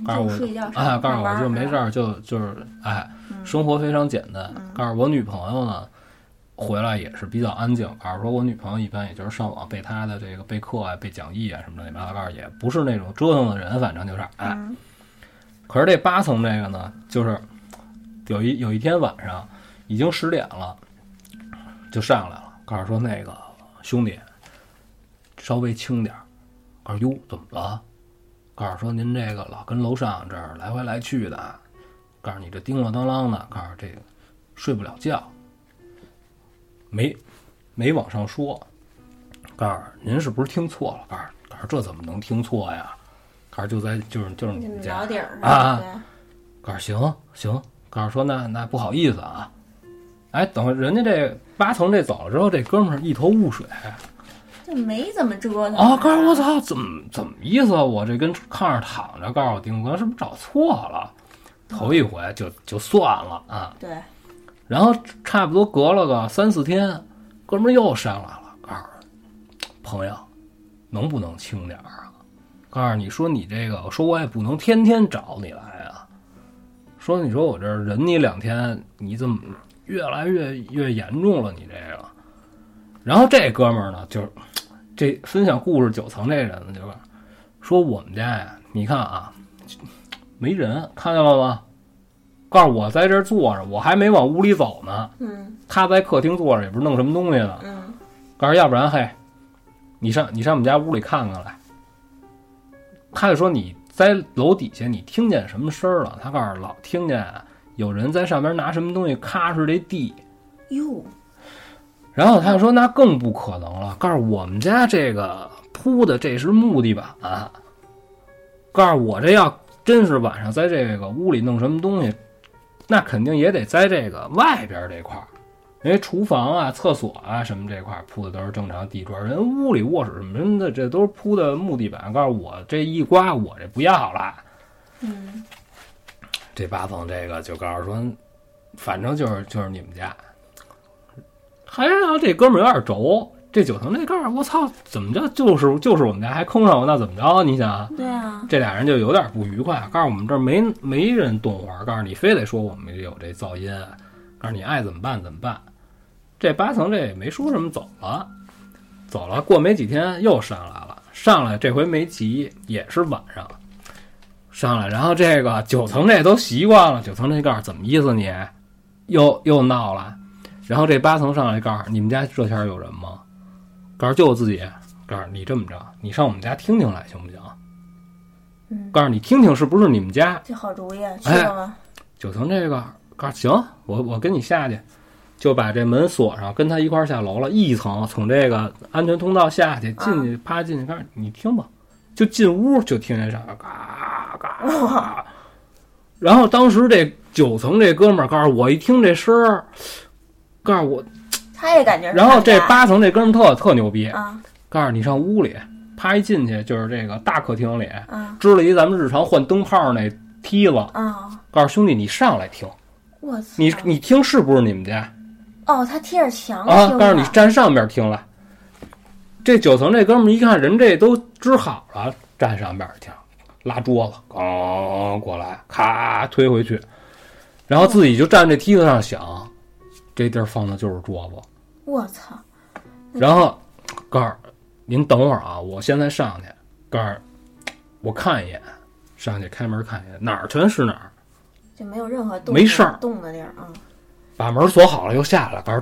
告诉
就
我
嗯睡觉
哎，告诉
上班
我
儿
就没
是
事
吧嗯
儿就就是哎，生活非常简单。告诉我女朋友呢，回来也是比较安静。告诉说我女朋友一般也就是上网背她的这个备课啊、背讲义啊什么的，你八糟告诉也不是那种折腾的人，反正就是哎。
嗯
可是这八层这个呢，就是有一有一天晚上已经十点了，就上来了，告诉说那个兄弟，稍微轻点儿。告诉哟，怎么了？告诉说您这个老跟楼上这儿来回来去的，告诉你这叮了当啷的，告诉这个睡不了觉，没没往上说。告诉您是不是听错了？告诉告诉这怎么能听错呀？告诉就在就是就是你们家
聊底儿是
啊啊
吧？对
告诉行行，告诉说那那不好意思啊，哎，等会儿人家这八层这走了之后，这哥们儿一头雾水
就没怎么折腾
啊，告诉我操，怎么怎么意思啊？我这跟炕上躺着，告诉我丁哥是不是找错了？头一回就就算了啊，
对，
然后差不多隔了个三四天，哥们儿又上来了，告诉朋友，能不能轻点儿啊？告诉你说你这个，我说我也不能天天找你来啊。说你说我这儿忍你两天，你怎么越来越越严重了？你这个。然后这哥们儿呢，就是这分享故事九层这人呢，就是说我们家呀，你看啊，没人，看见了吗？告诉我在这儿坐着，我还没往屋里走呢。
嗯
他在客厅坐着，也不是弄什么东西呢。
嗯，
告诉要不然嘿，你上你上我们家屋里看看来。他就说你在楼底下，你听见什么声儿了？他告诉老听见啊有人在上边拿什么东西咔哧这地。
哟，
然后他就说那更不可能了，告诉我们家这个铺的这是木地板、啊告诉我这要真是晚上在这个屋里弄什么东西，那肯定也得在这个外边这块儿，因为厨房啊、厕所啊什么这块儿铺的都是正常地砖，人屋里卧室什么的这都是铺的木地板。告诉我这一刮，我这不要了。
嗯，
这八层这个就告诉说，反正就是就是你们家。还是让这哥们儿有点轴，这九层这告诉我操，怎么着就是就是我们家还坑上我，那怎么着？你想，
对啊，
这俩人就有点不愉快，告诉我们这儿没没人动活儿，告诉你非得说我们有这噪音，告诉你爱怎么办怎么办。这八层这也没说什么，走了，走了。过没几天又上来了，上来这回没急，也是晚上上来，然后这个九层这都习惯了，九层这告诉怎么意思你，又又闹了。然后这八层上来告诉你们家这天儿有人吗？告诉就我自己，告诉你这么着，你上我们家听听来行不行？
嗯，
告诉你听听是不是你们家
这好主意，啊去
哎
了吗？
九层这个？告诉行，我我跟你下去，就把这门锁上，跟他一块儿下楼了。一层从这个安全通道下去，进
啊
去趴进去，告诉你听吧，就进屋就听见啥嘎嘎 嘎。然后当时这九层这哥们儿告诉我一听这声儿，告诉我，
他也感觉是
然后
他
这
哎家
八层这哥们儿特特牛逼，
啊
告诉你上屋里，啪一进去就是这个大客厅里
啊
支了一咱们日常换灯泡那梯子。
啊，
告诉兄弟，你上来听，
我操，
你你听是不是你们家
哦，他贴着墙
啊？
听
告诉你
的
站上边听来。这九层这哥们儿一看人这都支好了，站上边听，拉桌子，咣过来，咔推回去，然后自己就站这梯子上想，这地儿放的就是桌子。
我操，嗯
然后告诉您等会儿啊，我现在上去，告诉我看一眼，上去开门看一眼，哪儿全是哪儿。
就没有任何动
没事儿
动的地儿啊，
把门锁好了又下来，告诉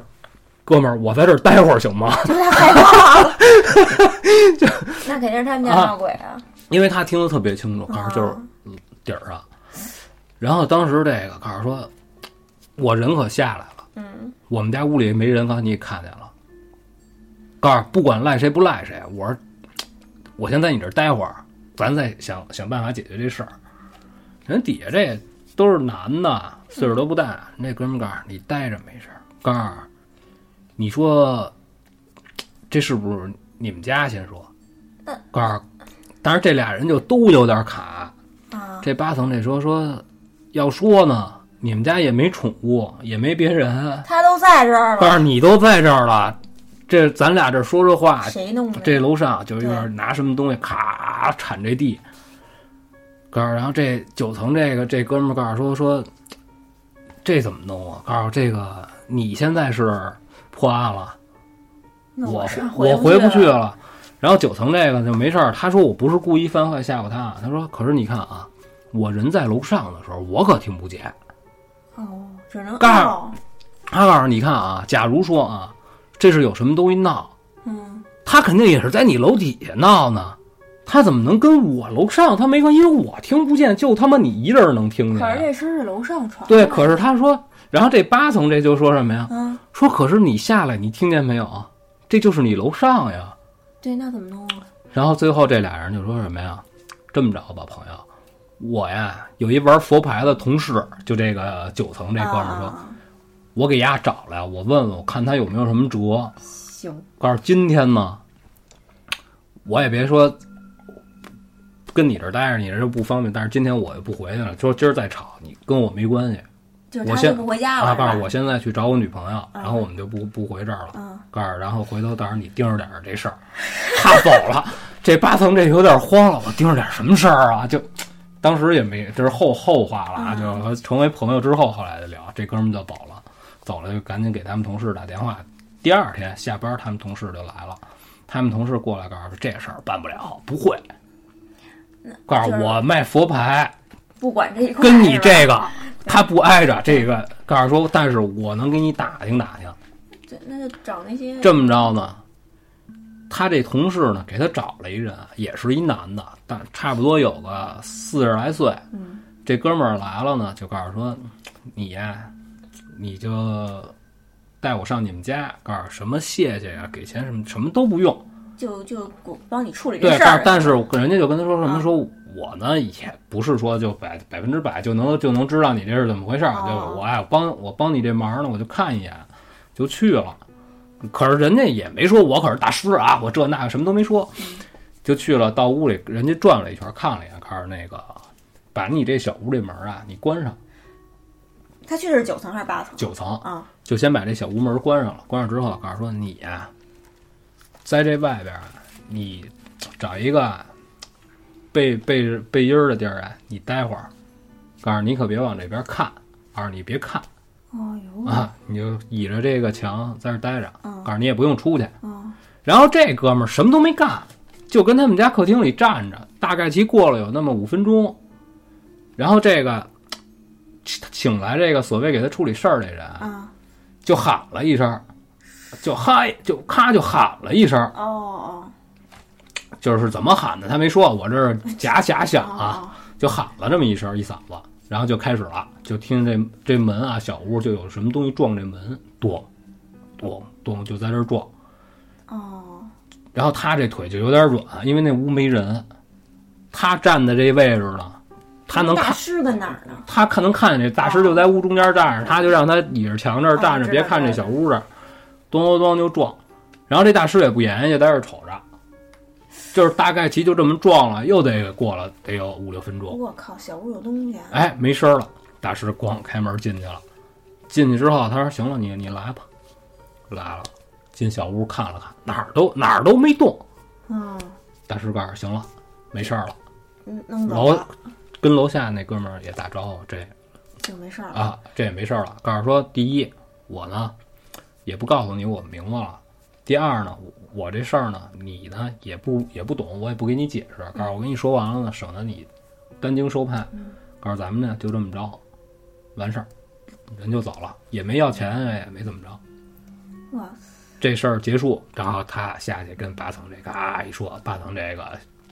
哥们儿，我在这儿待会儿行吗？
就他害怕了，那肯定是他们家
啊
闹鬼啊，
因为他听得特别清楚，告诉就是嗯底儿上。然后当时这个告诉说，我人可下来了，
嗯，
我们家屋里没人，刚才你也看见了。告诉不管赖谁不赖谁，我说我先在你这儿待会儿，咱再想想办法解决这事儿。人底下这都是男的，岁数都不大，那哥们儿告诉你待着没事儿。告诉你说这是不是你们家？先说
嗯，
告诉但是这俩人就都有点卡。
啊，
这八层这说说，要说呢，你们家也没宠物，也没别人，
他都在这 儿了，
但是你都在这儿了，这咱俩这说说话，
谁弄的？
啊这楼上就有点拿什么东西咔铲这地，告诉，然后这九层这个这哥们儿告诉说说，这怎么弄啊？告诉这个你现在是破案了，
那
我
是
我
回
不去
了。
了。然后九层这个就没事儿，他说我不是故意犯坏吓唬他，他说可是你看啊，我人在楼上的时候我可听不见。
哦，只能
干
哦
他告诉你看啊，假如说啊，这是有什么东西闹，
嗯，
他肯定也是在你楼底下闹呢，他怎么能跟我楼上？他没关系，因为我听不见，就他妈你一人能听
可是
见。啊
这声是楼上传的。
嗯对，可是他说，然后这八层这就说什么呀？
嗯，
说可是你下来，你听见没有？这就是你楼上呀。
对，那怎么弄啊？
然后最后这俩人就说什么呀？这么着吧，朋友，我呀有一玩佛牌的同事，就这个九层这哥们儿说，
啊
我给丫找来，我问问，我看他有没有什么辙。
行，
告诉今天呢，我也别说跟你这儿待着，你这就不方便。但是今天我就不回去了，说今儿再吵，你跟我没关系。
就是
我
他
先
就不回家
啊，
了。
告
是
诉
吧
我现在去找我女朋友，然后我们就不不回这儿了。
嗯，
告诉，然后回头到时候你盯着点儿这事儿。他走了，这八层这有点慌了，我盯着点什么事儿啊？就当时也没，这是后后话了
嗯
啊，就成为朋友之后，后来就聊，这哥们儿就走了，走了就赶紧给他们同事打电话。第二天下班，他们同事就来了，他们同事过来告诉说这事儿办不了，不会。告诉
就是
我卖佛牌，
不管这一块儿
跟你
是吧
这个他不挨着这个，告诉说，但是我能给你打听打听。
嗯对，那就找那些
这么着呢，他这同事呢给他找了一人，也是一男的，但差不多有个四十来岁。
嗯，
这哥们儿来了呢，就告诉说，你呀，你就带我上你们家，告诉什么谢谢呀、给钱什么什么都不用。
就就我帮你处理这
对，
事
但
儿。
但是人家就跟他说什么
啊
说。我呢也不是说就百百分之百就能就能知道你这是怎么回事儿，
哦
就是我哎我帮我帮你这忙呢，我就看一眼，就去了。可是人家也没说我可是大师啊，我这那个什么都没说，
嗯
就去了。到屋里，人家转了一圈，看了一眼，看着那个，把你这小屋这门啊，你关上，
他去的是九层还是八层？
九层
啊，
就先把这小屋门关上了。关上之后，告诉说你呀、在这外边啊，你找一个背背背阴儿的地儿啊，你待会儿，告诉你可别往这边看，告诉你别看
哦呦，
啊，你就倚着这个墙在这儿待着，
嗯
告诉你也不用出去。
嗯
然后这哥们儿什么都没干，就跟他们家客厅里站着，大概其过了有那么五分钟，然后这个请来这个所谓给他处理事儿这人啊
啊，
就喊了一声，就嗨，就咔就喊了一声，
哦哦
就是怎么喊的他没说，我这儿哎假假
哦
想啊，
哦，
就喊了这么一声一嗓子，然后就开始了，就听这这门啊小屋就有什么东西撞这门，咚咚咚就在这儿撞，
哦，
然后他这腿就有点软，因为那屋没人，他站的这位置呢，他能
大
看。
师跟哪儿呢？
他看能看见这大师就在屋中间站着，他就让他倚着墙这儿站着，
哦
别看这小屋这儿，咚咚咚就撞。然后这大师也不言语，在这儿瞅着，就是大概其就这么撞了，又得过了得有五六分钟。
我靠，小屋有东西啊！
哦哎，没声儿了，大师咣开门进去了。进去之后，他说：“行了，你你来吧。”来了，进小屋看了看，哪儿都哪儿都没动。
嗯，
大师告诉：“行了，没事儿了。
嗯弄”走
楼
了
跟楼下那哥们儿也打招呼，这
就没事儿了。
啊，这也没事儿了。告诉说，第一，我呢也不告诉你我名字了；第二呢，我我这事儿呢，你呢也不也不懂，我也不给你解释。告诉我跟你说完了呢，省得你担惊受怕。告诉咱们呢就这么着，完事儿，人就走了，也没要钱，也没怎么着。
哇塞，
这事儿结束，然后他下去跟八层这个啊一说，八层这个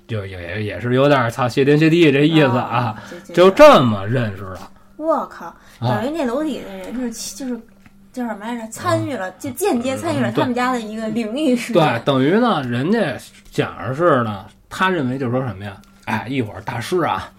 就也也也是有点儿操谢天谢地这意思啊，，就
这。
这么认识的。
我靠，
啊
等于那楼底的人就是起就是叫什么来着？参与了，就间接参与了
啊嗯
他们家的一个灵异事
对，
件。
等于呢，人家讲的是呢，他认为就是说什么呀？哎，一会儿大师啊，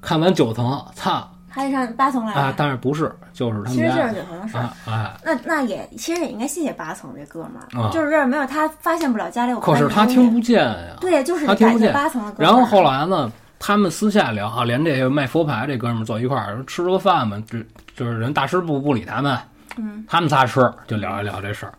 看完九层，操，
还得上八层来
啊，
着。
但是不是，就是他
其实就
们
是
家
九层的事儿，
啊，哎，
那那也其实也应该谢谢八层这哥们儿，
啊
就是这没有他发现不了家里有
可是他
搬东西
听不见呀。
对，就是
他
得
听
感
不
谢
见
八层的哥们儿。
然后后来呢，他们私下聊啊，连这个卖佛牌这哥们儿坐一块儿说吃个饭嘛，就就是人大师不不理他们，
嗯，
他们仨吃就聊一聊这事儿。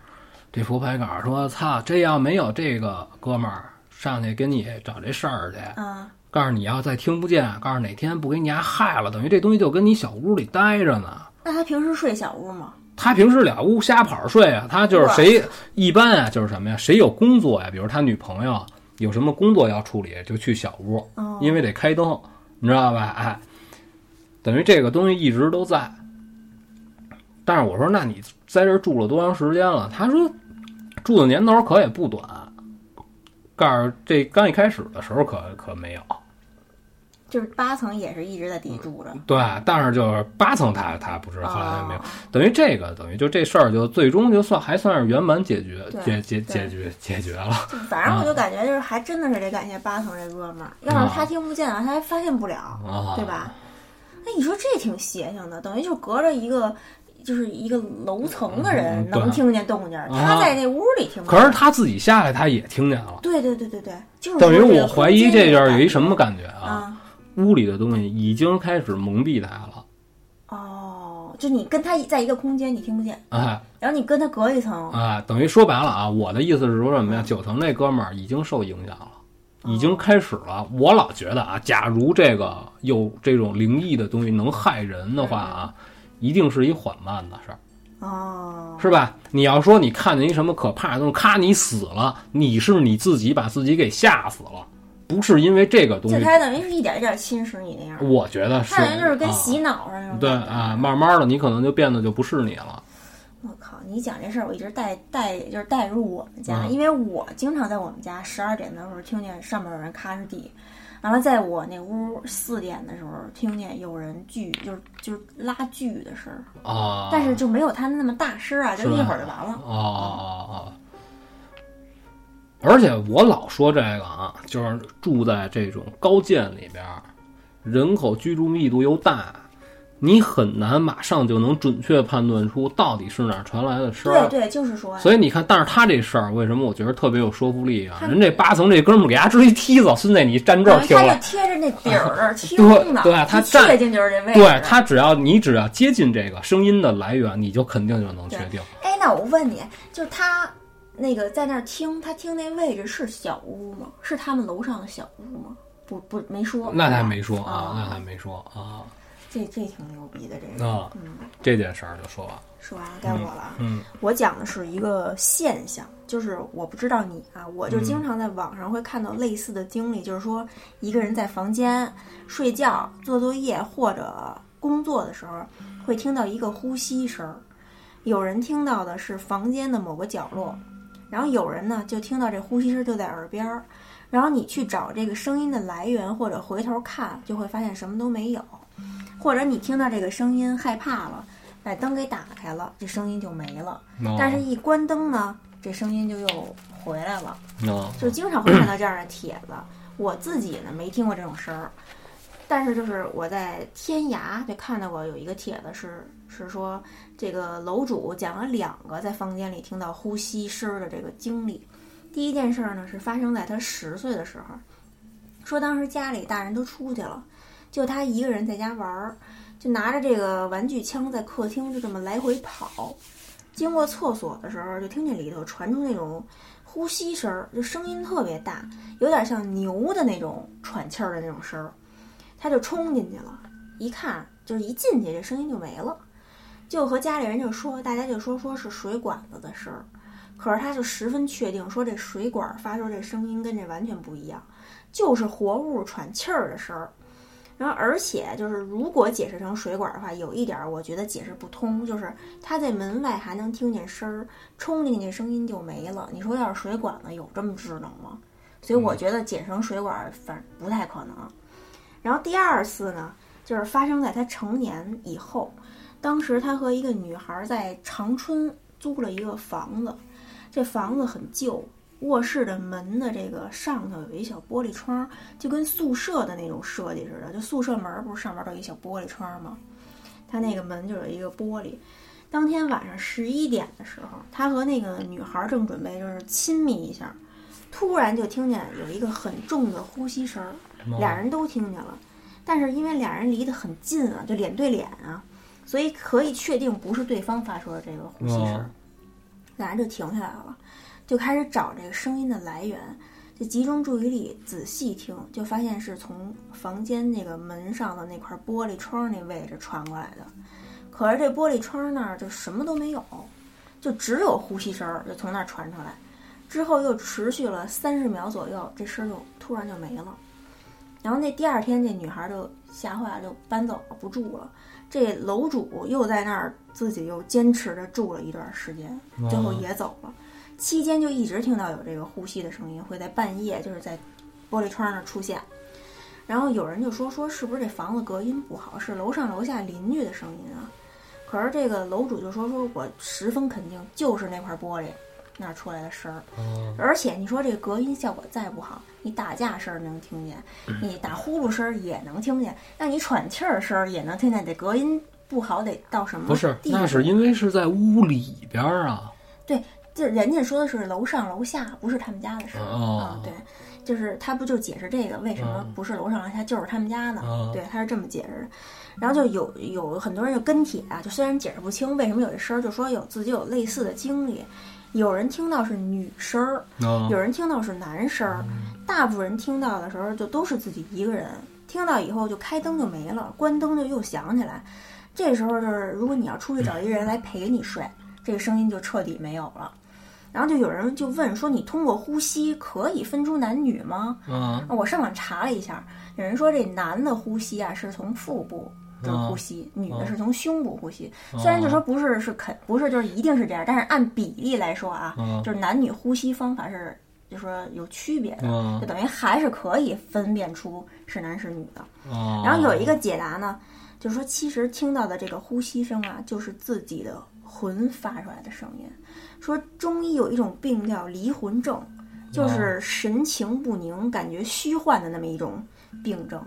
这佛牌杆儿说：“操，这要没有这个哥们儿上去给你找这事儿去，
嗯，
告诉你要再听不见，告诉哪天不给你家害了，等于这东西就跟你小屋里待着呢。”
那他平时睡小屋吗？
他平时俩屋瞎跑睡啊，他就是谁一般啊，就是什么呀？谁有工作呀？比如他女朋友有什么工作要处理，就去小屋，
哦，
因为得开灯，你知道吧？哎，等于这个东西一直都在。但是我说，那你在这儿住了多长时间了？他说，住的年头可也不短。告诉这刚一开始的时候可可没有，
就是八层也是一直在底住着。
对，但是就是八层他他不知道，后来他没有。
哦
等于这个，等于就这事儿就最终就算还算是圆满解决，
对
解解
对
解决解决了。
就反正我
啊
就感觉就是还真的是得感谢八层这哥们儿，要是他听不见啊，他还发现不了，
啊
对吧？那你说这挺邪性的，等于就隔着一个就是一个楼层的人
嗯对
能听见动静儿，
啊
他在那屋里听不见。
可是他自己下来，他也听见了，
对对对对对，就是
等于
说这个
我怀疑
空间
这就是
感
有一什么感觉啊？
啊？
屋里的东西已经开始蒙蔽他了，
哦，就你跟他在一个空间，你听不见，
哎
然后你跟他隔一层，
哎，等于说白了啊，我的意思是说什么呀？九层那哥们儿已经受影响了。已经开始了，我老觉得啊，假如这个有这种灵异的东西能害人的话啊，一定是一缓慢的事儿。
哦，
是吧？你要说你看见一什么可怕的东西，咔，你死了，你是你自己把自己给吓死了，不是因为这个东
就
西。
他等于是一点一点侵蚀你那样，
我觉得是，
他等于就是跟
啊
洗脑似的那种。
对啊，慢慢的你可能就变得就不是你了。
我靠！你讲这事儿，我一直带带就是带入我们家，
嗯
因为我经常在我们家十二点的时候听见上面有人咔哧地，完了在我那屋四点的时候听见有人锯，就是就是拉锯的声儿，
啊，
但是就没有他那么大声啊，就是
吧
一会儿就完了。
哦哦哦。而且我老说这个啊，就是住在这种高建里边儿，人口居住密度又大，你很难马上就能准确判断出到底是哪儿传来的声儿。
对对，就是说，
所以你看，但是他这事儿为什么我觉得特别有说服力啊？
他
人这八层这哥们儿给他直一梯子，孙子你站这
等
儿
于
听
他就
了。
贴着那底儿这 儿听呢，
对啊对他
就
站
确定就是这位置。
对他只要你只要接近这个声音的来源，你就肯定就能确定。
哎，那我问你，就是他那个在那儿听，他听那位置是小屋吗？是他们楼上的小屋吗？不不，没说。
那他没说啊，
啊
那他没说啊。
这这挺牛逼的，这个、
那
嗯
这件事儿就说完了。
说完了该我了啊。
嗯
我讲的是一个现象，就是我不知道你啊，我就经常在网上会看到类似的经历，就是说一个人在房间睡觉、做作业或者工作的时候，会听到一个呼吸声儿，有人听到的是房间的某个角落，然后有人呢就听到这呼吸声就在耳边儿，然后你去找这个声音的来源或者回头看，就会发现什么都没有，或者你听到这个声音害怕了，把灯给打开了，这声音就没了。
那
但是，一关灯呢，这声音就又回来了，
那
就经常会看到这样的帖子。我自己呢没听过这种声儿，但是就是我在天涯就看到过有一个帖子是是说这个楼主讲了两个在房间里听到呼吸声儿的这个经历。第一件事儿呢是发生在他十岁的时候，说当时家里大人都出去了，就他一个人在家玩儿，就拿着这个玩具枪在客厅就这么来回跑。经过厕所的时候，就听见里头传出那种呼吸声儿，就声音特别大，有点像牛的那种喘气儿的那种声儿。他就冲进去了，一看就是一进去，这声音就没了。就和家里人就说，大家就说说是水管子的声儿，可是他就十分确定说这水管儿发出这声音跟这完全不一样，就是活物喘气儿的声儿。然后，而且就是，如果解释成水管儿的话，有一点儿我觉得解释不通，就是他在门外还能听见声儿，冲进去声音就没了。你说要是水管子有这么智能吗？所以我觉得解成水管儿反正不太可能。然后第二次呢，就是发生在他成年以后，当时他和一个女孩在长春租了一个房子，这房子很旧，卧室的门的这个上头有一小玻璃窗，就跟宿舍的那种设计似的。就宿舍门不是上面都有一小玻璃窗吗？他那个门就有一个玻璃。当天晚上十一点的时候，他和那个女孩正准备就是亲密一下，突然就听见有一个很重的呼吸声儿，
哦嗯
俩人都听见了。但是因为俩人离得很近啊，就脸对脸啊，所以可以确定不是对方发出的这个呼吸声
哦
儿。俩人就停下来了，就开始找这个声音的来源，就集中注意力仔细听，就发现是从房间那个门上的那块玻璃窗那位置传过来的。可是这玻璃窗那儿就什么都没有，就只有呼吸声儿就从那儿传出来。之后又持续了三十秒左右，这声儿就突然就没了。然后那第二天，这女孩就吓坏了，就搬走了，不住了。这楼主又在那儿自己又坚持着住了一段时间，最后也走了。期间就一直听到有这个呼吸的声音，会在半夜就是在玻璃窗上出现。然后有人就说说是不是这房子隔音不好，是楼上楼下邻居的声音啊？可是这个楼主就说说我十分肯定就是那块玻璃那儿出来的声儿。
哦
而且你说这隔音效果再不好，你打架声儿能听见，
嗯
你打呼噜声儿也能听见，那你喘气儿声儿也能听见，得隔音不好得到什么
不是，
地啊步？
那是因为是在屋里边儿啊。
就是人家说的是楼上楼下，不是他们家的事儿、
哦
啊。对，就是他不就解释这个为什么
嗯
不是楼上楼下就是他们家呢？
嗯
对，他是这么解释的。然后就有有很多人就跟帖啊，就虽然解释不清为什么有这声儿，就说有自己有类似的经历，有人听到是女声儿，
啊
有人听到是男声儿，大部分人听到的时候就都是自己一个人，听到以后就开灯就没了，关灯就又响起来。这时候就是，如果你要出去找一个人来陪你睡，这个声音就彻底没有了。然后就有人就问说：“你通过呼吸可以分出男女吗
啊？”
我上网查了一下，有人说这男的呼吸啊是从腹部就是呼吸，女的是从胸部呼吸。虽然就说不是是肯不是就是一定是这样，但是按比例来说啊，
啊
就是男女呼吸方法是，就说有区别的，
啊
就等于还是可以分辨出是男是女的。
啊！
然后有一个解答呢，就是说其实听到的这个呼吸声啊，就是自己的魂发出来的声音。说中医有一种病叫离魂症，就是神情不宁、感觉虚幻的那么一种病症。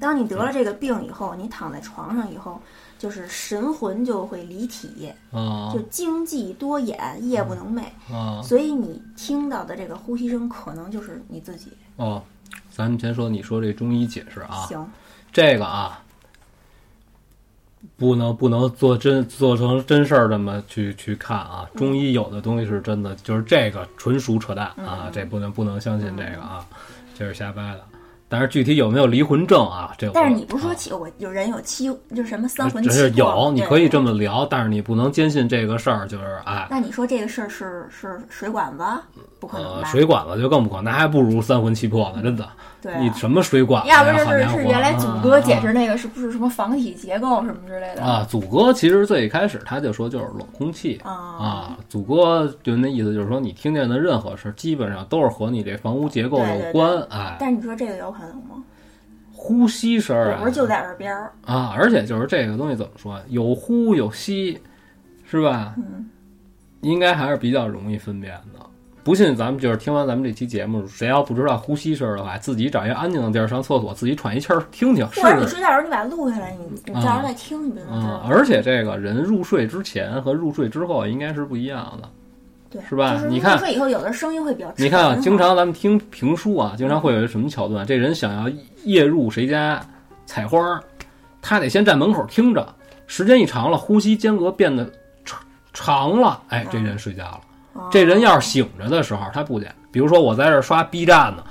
当你得了这个病以后，你躺在床上以后，就是神魂就会离体，
啊
就经济多眼，夜不能寐。
啊
所以你听到的这个呼吸声，可能就是你自己。
哦，咱们先说你说这中医解释啊，
行，
这个啊，不能不能做真做成真事儿这么去去看啊。
嗯
中医有的东西是真的，就是这个纯属扯淡
嗯
啊，这不能不能相信这个啊，这是瞎掰的。但是具体有没有离魂症啊？这我
但是你不是说
啊
七，我有人有七，就是什么三魂
只
七
是
魄
有，
对
你可以这么聊，但是你不能坚信这个事儿就是哎。
那你说这个事儿是是水管子？不
嗯
可能
呃，
吧？
水管子就更不可能，那还不如三魂七魄呢，真的。
对
你
啊，
什么水管子呀？
要不就是
好家伙
是原来祖
啊
哥
啊
解释那个是不是什么房体结构什么之类的？
啊，祖哥其实最开始他就说就是冷空气啊，祖哥就那意思就是说你听见的任何事儿，基本上都是和你这房屋结构有关。哎，
但是你说这个有可能吗？
呼吸声儿
我不是
啊
就在耳边儿，
啊，而且就是这个东西怎么说呀，有呼有吸，是吧？应该还是比较容易分辨的。不信，咱们就是听完咱们这期节目，谁要不知道呼吸声儿的话，自己找一个安静的地儿上厕所，自己喘一气儿听听，试
或者你
试。
睡觉的时候你把它录下来，你你到时候再听，你不就能知
啊、
道？
嗯而且这个人入睡之前和入睡之后应该是不一样的。
对，
是吧
就是
你看
入睡以后有的声音会比较
你看啊，
沉
经常咱们听评书啊，经常会有一什么桥段，这人想要夜入谁家采花儿，他得先站门口听着，时间一长了，呼吸间隔变得长长了，哎，这人睡觉了。
啊嗯
这人要是醒着的时候，他不见。比如说我在这儿刷 B 站呢，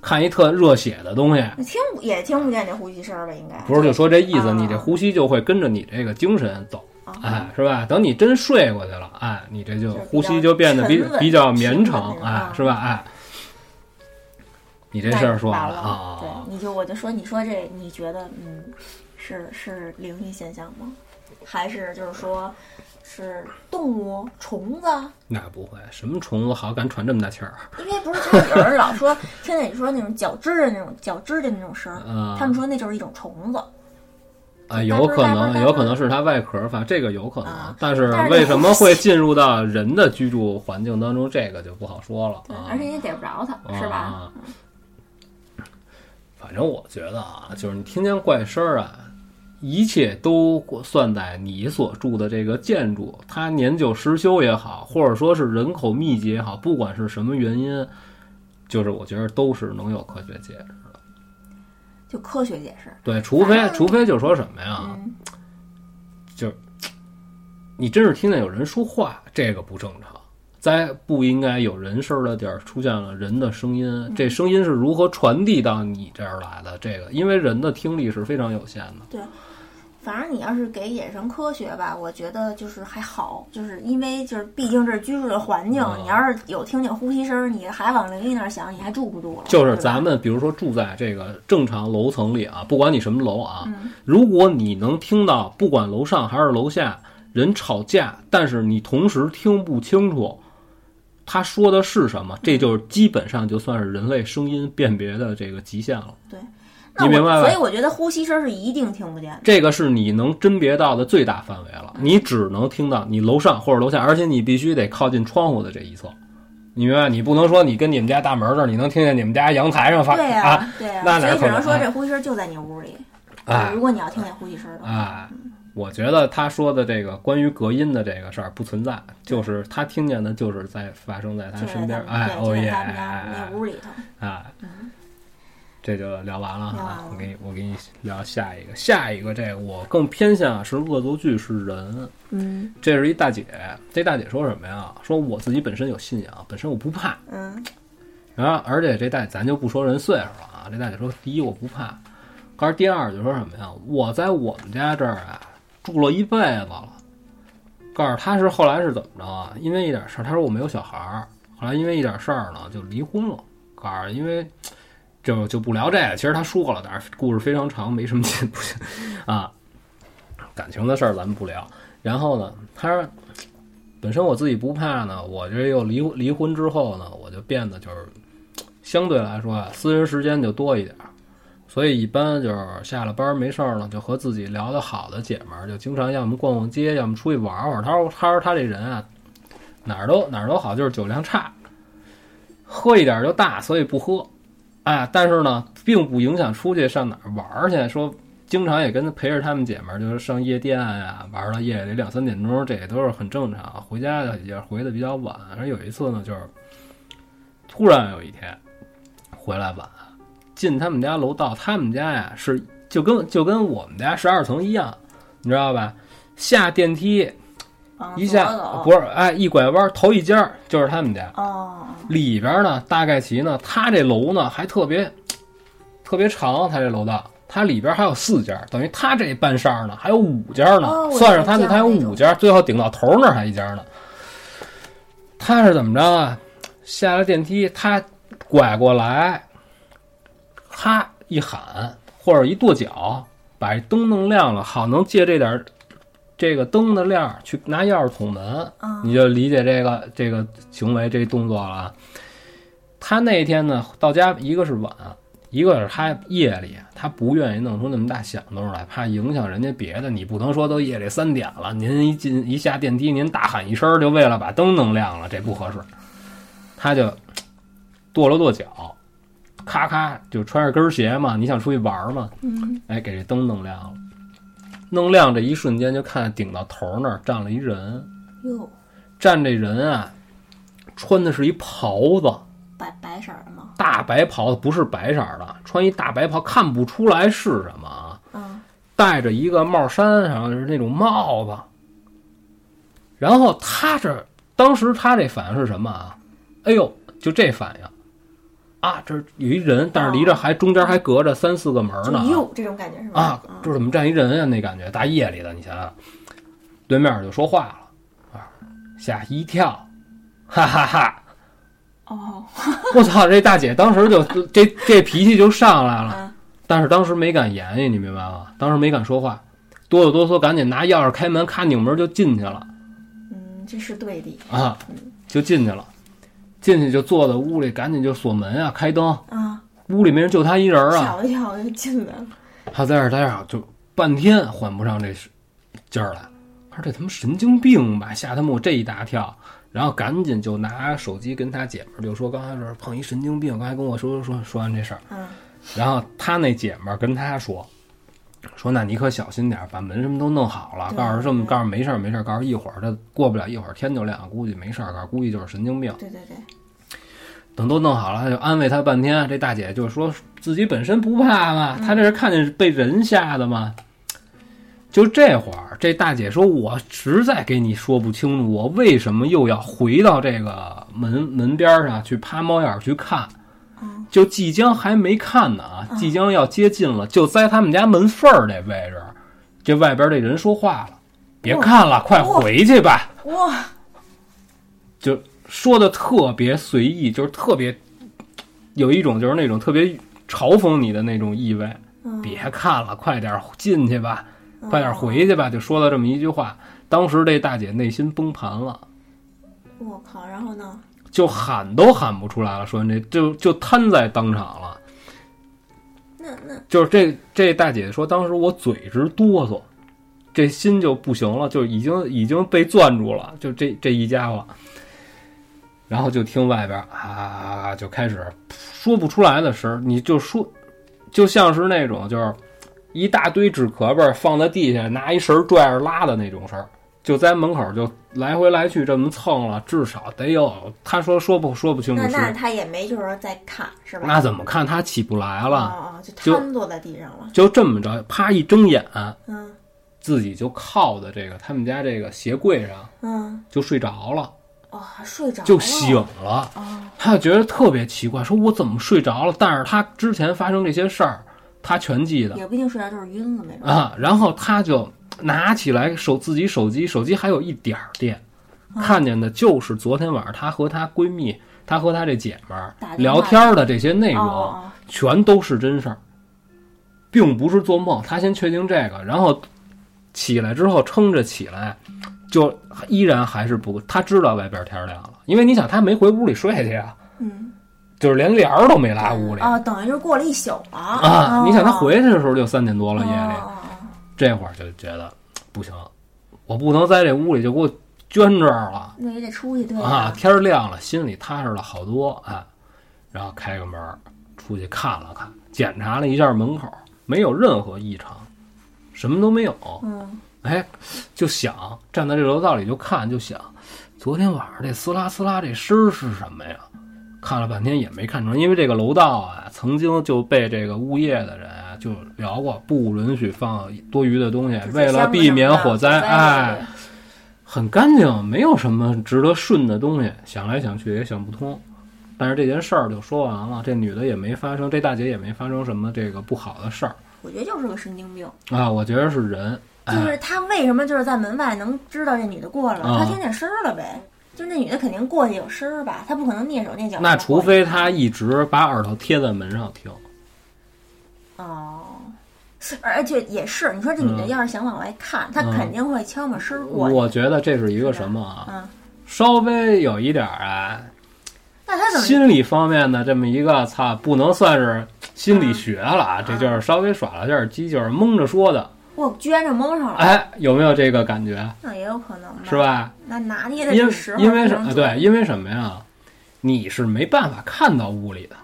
看一特热血的东西，
你听不也听不见这呼吸声儿吧？应该
不是就说这意思，
啊
你这呼吸就会跟着你这个精神走，哎，是吧？等你真睡过去了，哎，你这就
就是比较
呼吸就变得比
沉稳
比较绵长
平，稳
哎
啊，
是吧？哎，你这
那
事儿说
完
了啊
对，，你就我就说，你说这你觉得嗯，是是灵异现象吗？还是就是说，是动物虫子？
那不会，什么虫子好敢喘这么大气儿？啊
因为不是就是有人老说听见你说那种脚趾的那种脚趾的那种声儿，
嗯
他们说那就是一种虫子。
啊，有
叭
可
叭叭叭
能，
叭
有可能是它外壳发，这个有可能
啊。
但是
但是
为什么会进入到人的居住环境当中，这个就不好说了
对
啊，。
而且也逮不着它，是吧？
啊？反正我觉得啊，就是你听见怪声儿啊，一切都算在你所住的这个建筑，它年久失修也好，或者说是人口密集也好，不管是什么原因，就是我觉得都是能有科学解释的。嗯
就科学解释，
对，除非
反正
除非就说什么呀，
嗯，
你真是听见有人说话，这个不正常。在不应该有人声儿的地儿出现了人的声
嗯
音，这声音是如何传递到你这儿来的？这个，因为人的听力是非常有限的。
反正你要是给衍生科学吧，我觉得就是还好，就是因为就是毕竟这是居住的环境，
嗯
你要是有听见呼吸声，你还往灵异那儿想，你还住不住了？
就是
对吧
咱们比如说住在这个正常楼层里啊，不管你什么楼啊，
嗯
如果你能听到，不管楼上还是楼下人吵架，但是你同时听不清楚他说的是什么，这就是基本上就算是人类声音辨别的这个极限了。
那
你
我
明白吧
所以我觉得呼吸声是一定听不见的。
这个是你能甄别到的最大范围了，你只能听到你楼上或者楼下，而且你必须得靠近窗户的这一侧。你明白？你不能说你跟你们家大门这儿，你能听见你们家阳台上发
对呀、
啊
对呀、
那哪
所以
可
只
能
能说
啊
这呼吸声就在你屋里。
啊
如果你要听见呼吸声的话，
啊！我觉得他说的这个关于隔音的这个事儿不存在，就是他听见的，就是在发生在他
就在
身
咱
边。
们
哎，哦
对，就
耶！
在他们家那屋里头。
啊，这就聊完了
聊完
啊
了！
我给你，我给你聊下一个，下一个这个我更偏向啊是恶作剧是人。啊
嗯
这是一大姐，这大姐说什么呀？说我自己本身有信仰，本身我不怕。
嗯，
然后，而且这大姐咱就不说人岁数了啊，这大姐说，第一我不怕，可是第二就说什么呀？我在我们家这儿啊住了一辈子了。告诉她是后来是怎么着啊？因为一点事儿，她说我没有小孩儿，后来因为一点事儿呢就离婚了。告诉因为就就不聊这个，其实她说了，但是故事非常长，没什么劲，不行啊。感情的事儿咱们不聊。然后呢，她说本身我自己不怕呢，我这又离离婚之后呢，我就变得就是相对来说啊，私人时间就多一点儿，所以一般就是下了班没事儿呢，就和自己聊得好的姐们儿，就经常要么逛逛街，要么出去玩玩。他说，他说他这人啊，哪儿都哪儿都好，就是酒量差，喝一点儿就大，所以不喝。哎，但是呢，并不影响出去上哪儿玩儿去。说经常也跟陪着她们姐们儿，就是上夜店呀、玩到夜里两三点钟，这也都是很正常。回家也回的比较晚。然后有一次呢，就是突然有一天回来晚，进他们家楼道，他们家呀是就跟就跟我们家十二层一样，你知道吧？下电梯
往
一下
啊左走
不是哎一拐弯头一间儿就是他们家，
哦，
里边呢，大概其呢，它这楼呢还特别特别长，啊它这楼道，它里边还有四家，等于它这半扇儿呢还有五家呢，
哦我
算上它
知
的
道
它有
那种
五家，最后顶到头那儿还一家呢。他是怎么着啊？下了电梯，他拐过来，哈一喊或者一跺脚，把这灯弄亮了，好能借这点儿这个灯的亮儿去拿钥匙捅门，
啊
你就理解这个这个行为这动作了啊。他那天呢到家，一个是晚，一个是他夜里他不愿意弄出那么大响动来，怕影响人家别的。你不能说都夜里三点了，您一进一下电梯，您大喊一声儿就为了把灯弄亮了，这不合适。他就跺了跺脚，咔咔就穿着跟儿鞋嘛，你想出去玩儿嘛，
嗯，
哎，给这灯弄亮了。弄亮这一瞬间，就看顶到头儿那儿站了一人，
哟，
站这人啊，穿的是一袍子，
白白色儿的吗？
大白袍子不是白色儿的，穿一大白袍看不出来是什么啊，
嗯，
戴着一个帽衫上是那种帽子，然后他这当时他这反应是什么啊？哎呦，就这反应啊，这有一人，但是离着还中间还隔着三四个门
就
呢啊，
哟这种感觉是吧？
啊
嗯，
这怎么站一人啊？那感觉大夜里的，你想想，对面就说话了啊，吓一跳，哈哈哈
哦，
我操！这大姐当时就这这脾气就上来了
嗯，
但是当时没敢言语，你明白吗？当时没敢说话，哆哆嗦嗦，赶紧拿钥匙开门，咔拧门就进去了
嗯，这是对的。
啊，就进去了。进去就坐在屋里，赶紧就锁门啊，开灯。
啊，
屋里没人，就她一人啊。
吓我一跳，我就进来了。
他在这儿待着就半天缓不上这劲儿来。他说这他妈神经病吧，吓他妈我这一大跳。然后赶紧就拿手机跟他姐们儿就说，刚才说碰一神经病，刚才跟我说说说完这事儿。
嗯，
然后他那姐们儿跟他说，说那你可小心点儿，把门什么都弄好了。
对
告诉这么，
对
告诉没事儿没事儿，告诉一会儿他过不了一会儿天就亮，估计没事儿，告诉估计就是神经病。
对对对，
等都弄好了，他就安慰他半天。啊这大姐就说自己本身不怕嘛，她这是看见被人吓的嘛。就这会儿，这大姐说：“我实在给你说不清楚，我为什么又要回到这个门门边上去趴猫眼儿去看？就即将还没看呢啊，即将要接近了，就在他们家门缝儿这位置，这外边这人说话了：‘别看了，快回去吧。’
哇，
就说的特别随意，就是特别有一种就是那种特别嘲讽你的那种意味。
嗯
别看了，快点进去吧，快点回去吧，就说了这么一句话。当时这大姐内心崩盘了，
我靠，然后呢？
就喊都喊不出来了，说完这就就瘫在当场了。
那那
就是这这大姐说，当时我嘴直哆嗦，这心就不行了，就已经已经被攥住了，就这这一家伙。然后就听外边啊，就开始说不出来的声儿，你就说，就像是那种就是一大堆纸壳儿放在地下，拿一绳儿拽着拉的那种声儿，就在门口就来回来去这么蹭了，至少得有他说说不说不清楚
那
是，
那他也没就是说在看是吧？
那怎么看他起不来了？
哦哦，就瘫坐在地上了。
就这么着，啪一睁眼，
嗯
自己就靠在这个他们家这个鞋柜上
嗯，
就睡着了，
哦，还睡着了
就醒了。
哦
他就觉得特别奇怪，说我怎么睡着了？但是他之前发生这些事儿，他全记得
也不一定睡着，就是晕了没准。
啊。然后他就拿起来手自己手机，手机还有一点儿电，
嗯
看见的就是昨天晚上她和她闺蜜，她和她这姐们儿
打电话
聊天儿的这些内
哦
容。
哦
全都是真事儿，并不是做梦。他先确定这个，然后起来之后撑着起来，就依然还是不，他知道外边天亮了，因为你想他没回屋里睡去呀，
哦，嗯，
就是连帘儿都没拉屋里
啊，等于是过了一宿了
啊。你想他回
去
去的时候就三点多了夜里，
哦里，
这会儿就觉得不行，我不能在这屋里就给我捐这儿了。
那也得出去对
啊，
吧？
天儿亮了，心里踏实了好多啊。然后开个门儿出去看了看，检查了一下门口，没有任何异常，什么都没有。
嗯，
哎，就想站在这楼道里就看，就想昨天晚上这撕拉撕拉这声儿是什么呀？看了半天也没看出来，因为这个楼道啊，曾经就被这个物业的人啊就聊过，不允许放多余的东西，
就
为
是
了
箱子
避
什么
免
的
火灾，哎，，很干净，没有什么值得顺的东西。想来想去也想不通，但是这件事儿就说完了，这女的也没发生，这大姐也没发生什么这个不好的事儿
我觉得就是个神经病。
啊。我觉得是人，哎
就是他为什么就是在门外能知道这女的过了，
啊
他听见声儿了呗。就是那女的肯定过去有声儿吧，他不可能蹑手蹑脚地过去。
那除非她一直把耳朵贴在门上听，
哦，而且也是，你说这女的
嗯
要是想往外看，她
嗯
肯定会悄没声儿过去。
我觉得这是一个什么
嗯
啊？稍微有一点儿啊，
那她怎么
心理方面的这么一个操，不能算是心理学了啊，这就是稍微耍了点鸡，就是蒙着说的。
我撅着蒙上了？
哎，有没有这个感觉？
那也有可能吧，
是？吧？
那拿捏的
因
这
为
时候
因为
不
什
能
么？
准
对，因为什么呀？你是没办法看到屋里的，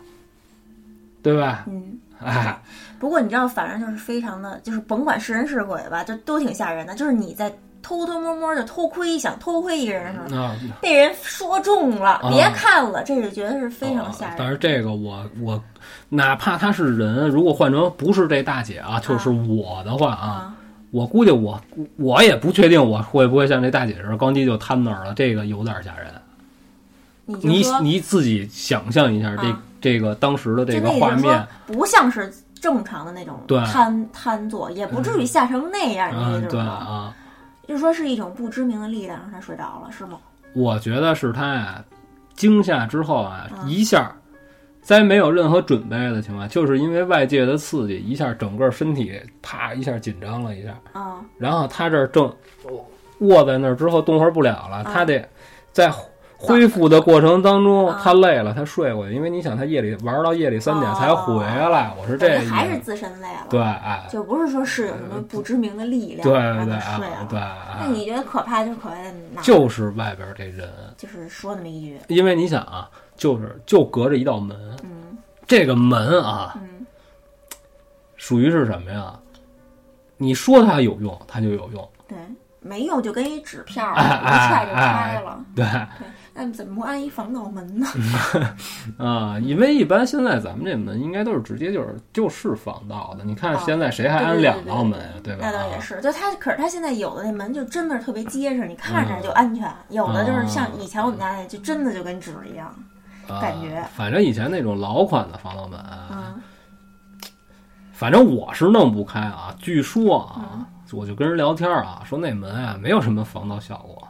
对吧？
嗯。
哎，
不过你知道，反正就是非常的，就是甭管是人是鬼吧，就都挺吓人的。就是你在偷偷摸摸就偷窥，想偷窥一个人的时候，
那
被人说中了，
啊
别看了，这就觉得是 非常吓
哦
人。
但是这个我我，哪怕他是人，如果换成不是这大姐啊，就是我的话啊，
啊
我估计我我也不确定我会不会像这大姐似的，咣叽就瘫那儿了，这个有点吓人。
你就
你
说，
你自己想象一下这、
啊
这个当时的这
就
个
那
画
种
面
说，不像是正常的那种
对
瘫瘫坐，也不至于吓成那样。你
嗯
意，思
对
是吗？
啊。
就说是一种不知名的力量让他睡着了，是吗？
我觉得是他呀，惊吓之后啊，
嗯
一下，在没有任何准备的情况下，就是因为外界的刺激，一下整个身体啪一下紧张了一下，
啊、哦
然后他这儿正卧在那儿之后动弹不了了，他得再恢复的过程当中
啊，
他累了，他睡过去，因为你想，他夜里玩到夜里三点才回来，我是这
对，
意
还是
思。
自身累了，
对，，哎，
就啊不是说是有什么不知名的力量
对
让
对
他
啊
睡了，
对，
那
哎
你觉得可怕就是可怕在哪？
就是外边这人，
就是说那么一句，
因为你想啊，就是就隔着一道门，
嗯
这个门啊，
嗯
属于是什么呀？你说它有用，它就有用。
对，没有就跟一纸片儿
哎
一踹就
哎
开
哎
了，
对
那怎么不安一防盗门呢？
啊，因为一般现在咱们这门应该都是直接就是就是防盗的。你看
啊
现在谁还
对
安
对
两
对
道门呀？对吧？
那倒也
啊
是，就它，可是它现在有的那门就真的是特别结实，你看着就
嗯
安全；有的就是像以前我们家那，就真的就跟纸一样。感觉
啊反正以前那种老款的防盗门，
嗯
反正我是弄不开啊。据说啊
嗯，
我就跟人聊天啊，说那门啊没有什么防盗效果。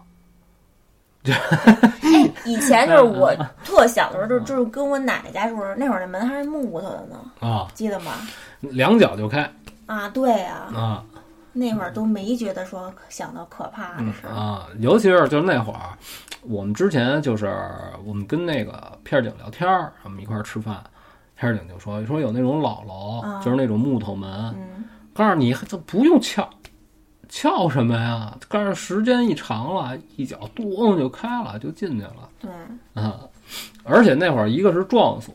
以前就是 我特小的时候，就就是跟我奶奶家住的时候，那会儿那门还是木头的呢，
啊，
记得吗？
两脚就开
啊，对啊，
啊
那会儿都没觉得说想到可怕 的事儿。
啊！尤其是就是那会儿，我们之前就是我们跟那个片儿警聊天儿，我们一块儿吃饭，片儿警就说说有那种老楼，
啊
就是那种木头门，
嗯，
告诉你这不用撬，撬什么呀？告诉时间一长了，一脚咚就开了，就进去了。
嗯对，
啊，而且那会儿一个是撞锁，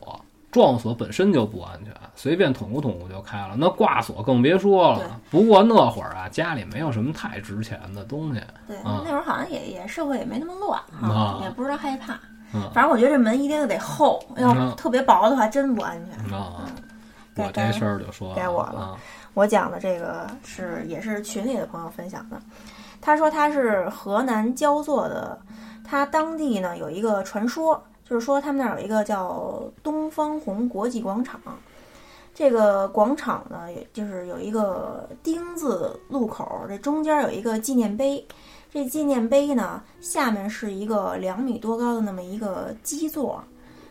撞锁本身就不安全，随便捅咕捅咕就开了。那挂锁更别说了。不过那会儿啊，家里没有什么太值钱的东西。
对，
啊
那会儿好像也也社会也没那么乱
啊
哈，也不知道害怕
嗯。
反正我觉得这门一定得厚，要
嗯
特别薄的话真不安全。
啊，
该
我这事儿就说
该我了
啊，
我讲的这个是也是群里的朋友分享的，他说他是河南焦作的，他当地呢有一个传说，就是说他们那儿有一个叫东方红国际广场，这个广场呢，也就是有一个丁字路口，这中间有一个纪念碑，这纪念碑呢下面是一个两米多高的那么一个基座，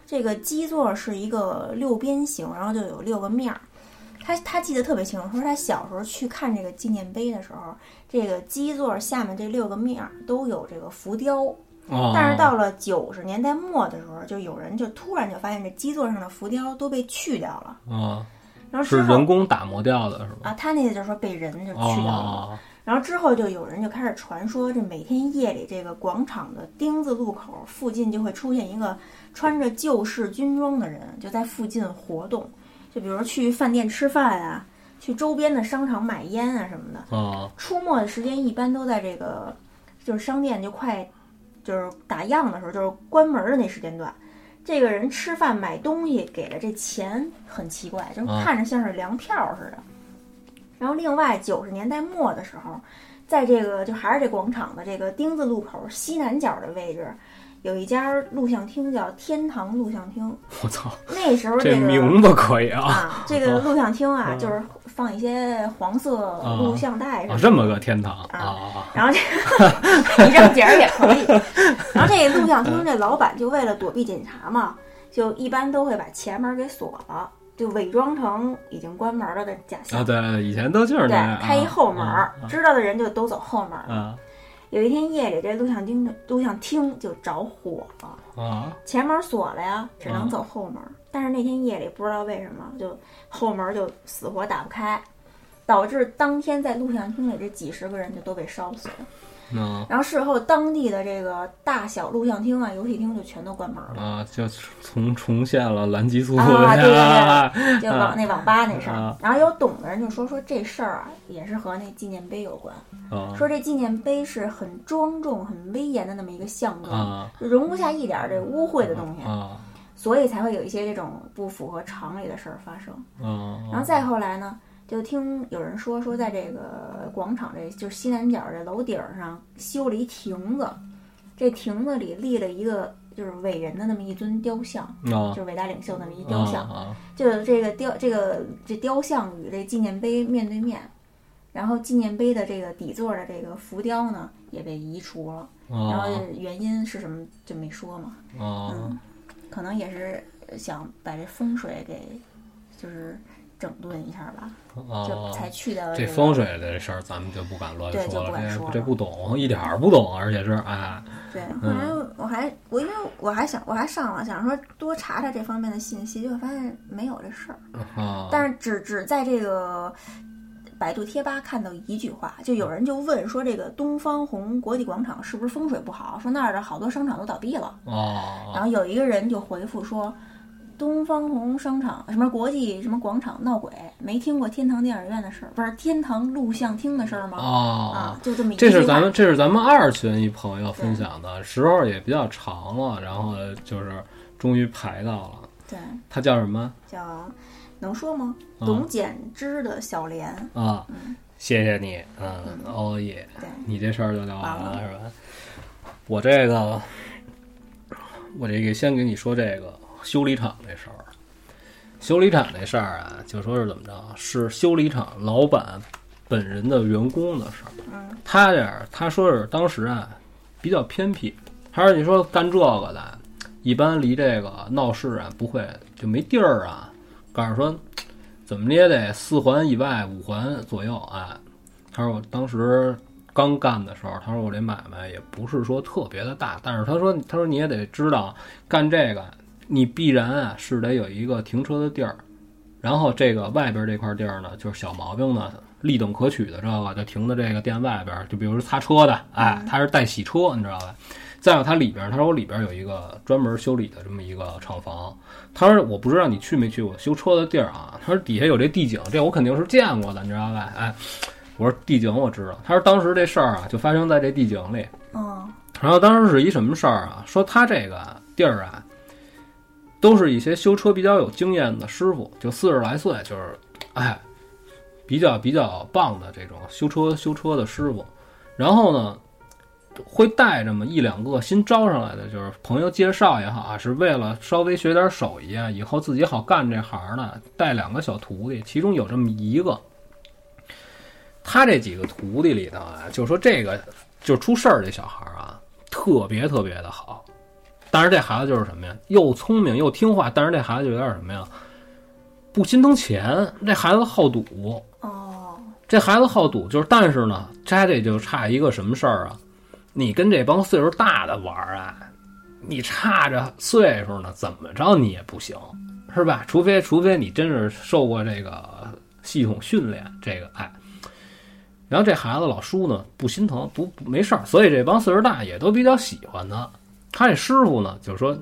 这个基座是一个六边形，然后就有六个面儿。他他记得特别清楚，说他小时候去看这个纪念碑的时候，这个基座下面这六个面儿都有这个浮雕，
啊
但是到了九十年代末的时候，就有人就突然就发现这基座上的浮雕都被去掉了，
啊
然后之
是
后
人工打磨掉的是吧？
啊，他那个就是说被人就去掉了，
啊
然后之后就有人就开始传说，这每天夜里这个广场的丁字路口附近就会出现一个穿着旧式军装的人，就在附近活动，就比如去饭店吃饭啊，去周边的商场买烟啊什么的。
啊
出没的时间一般都在这个，就是商店就快，就是打烊的时候，就是关门的那时间段。这个人吃饭买东西给的这钱很奇怪，就是
啊
看着像是粮票似的。然后另外九十年代末的时候，在这个就还是这广场的这个丁字路口西南角的位置，有一家录像厅叫天堂录像厅。
我操，
那时候
这
个
名字可以啊
啊，这个录像厅啊，
嗯
就是放一些黄色录像带什么
啊，
的
这么个天堂
啊
啊
然后这你这么解释也可以。然后这录像厅这老板就为了躲避检查嘛，就一般都会把前门给锁了，就伪装成已经关门了的假
啊！
象。
对，以前都就是那样
对
啊，
开一后门
啊
儿，知道的人就都走后门儿。
啊
有一天夜里，这录像厅的录像厅就着火了，
啊
前门锁了呀，只能
嗯
走后门儿。但是那天夜里不知道为什么，就后门就死活打不开，导致当天在录像厅里这几十个人就都被烧死了。
嗯
然后事后，当地的这个大小录像厅啊、游戏厅就全都关门了，
啊，就重重现了蓝极速
啊对对对
啊
就网那网吧那事儿
啊。
然后有懂的人就说说这事儿啊，也是和那纪念碑有关，
啊
说这纪念碑是很庄重、很威严的那么一个象征，
啊
就容不下一点儿这污秽的东西，
啊
所以才会有一些这种不符合常理的事儿发生。然后
啊！
再后来呢，就听有人说说，在这个广场这就是西南角这楼顶上修了一亭子，这亭子里立了一个就是伟人的那么一尊雕像，就
啊
是伟大领袖那么一雕像，
啊
就是这个雕这个这雕像与这纪念碑面对面。然后纪念碑的这个底座的这个浮雕呢也被移除了，然后
啊
原因是什么就没说嘛，嗯
啊！
可能也是想把这风水给就是整顿一下吧。
啊
就才去掉了
哦这
个
风水的事儿，咱们就不敢乱说了，这不懂，一点儿不懂，而且是哎，
对，后来我还我因为我还想我还上网想说多查查这方面的信息，结果发现没有这事儿，
啊，
但是只只在这个百度贴吧看到一句话，就
嗯
有人就问说这个东方红国际广场是不是风水不好？说那儿的好多商场都倒闭了。然
哦，
后有一个人就回复说，东方红商场什么国际什么广场闹鬼，没听过天堂电影院的事儿，不是天堂录像厅的事儿吗？
哦
啊，，就这么一
这
句
是
话
咱们这是咱们二群一朋友分享的，时候也比较长了，然后就是终于排到了，
对
他叫什么
叫能说吗？
啊
董简之的小莲，
啊？谢谢你，嗯，哦耶，
对，
你这事儿就聊完
完
了是吧？我这个，我这个先给你说这个修理厂这事儿。修理厂这事儿啊，就说是怎么着，是修理厂老板本人的员工的事儿。
嗯
他这儿他说是当时啊比较偏僻，他说你说干这个的，一般离这个闹市啊不会就没地儿啊。告诉说，怎么着也得四环以外五环左右啊。他说我当时刚干的时候，他说我这买卖也不是说特别的大，但是他说他说你也得知道干这个，你必然啊是得有一个停车的地儿，然后这个外边这块地儿呢，就是小毛病呢，立等可取的这个就停在这个店外边儿，就比如说擦车的，哎，他是带洗车，你知道吧？再有他里边儿，他说我里边儿有一个专门修理的这么一个厂房，他说我不知道你去没去过修车的地儿啊，他说底下有这地景，这我肯定是见过的，你知道吧？哎，我说地景我知道，他说当时这事儿啊就发生在这地景里，
嗯
然后当时是一什么事儿啊？说他这个地儿啊，都是一些修车比较有经验的师傅，就四十来岁，就是哎，比较比较棒的这种修车修车的师傅。然后呢，会带这么一两个新招上来的，就是朋友介绍也好啊，是为了稍微学点手艺啊，以后自己好干这行的，带两个小徒弟，其中有这么一个。他这几个徒弟里头啊，就说这个就出事儿这小孩儿啊，特别特别的好。但是这孩子就是什么呀，又聪明又听话，但是这孩子就有点什么呀，不心疼钱。这孩子好赌，
哦
这孩子好赌，就是但是呢，他这就差一个什么事儿啊？你跟这帮岁数大的玩儿啊，你差着岁数呢，怎么着你也不行，是吧？除非除非你真是受过这个系统训练，这个哎。然后这孩子老叔呢不心疼，不不没事儿，所以这帮岁数大也都比较喜欢他。他这师傅呢就说：“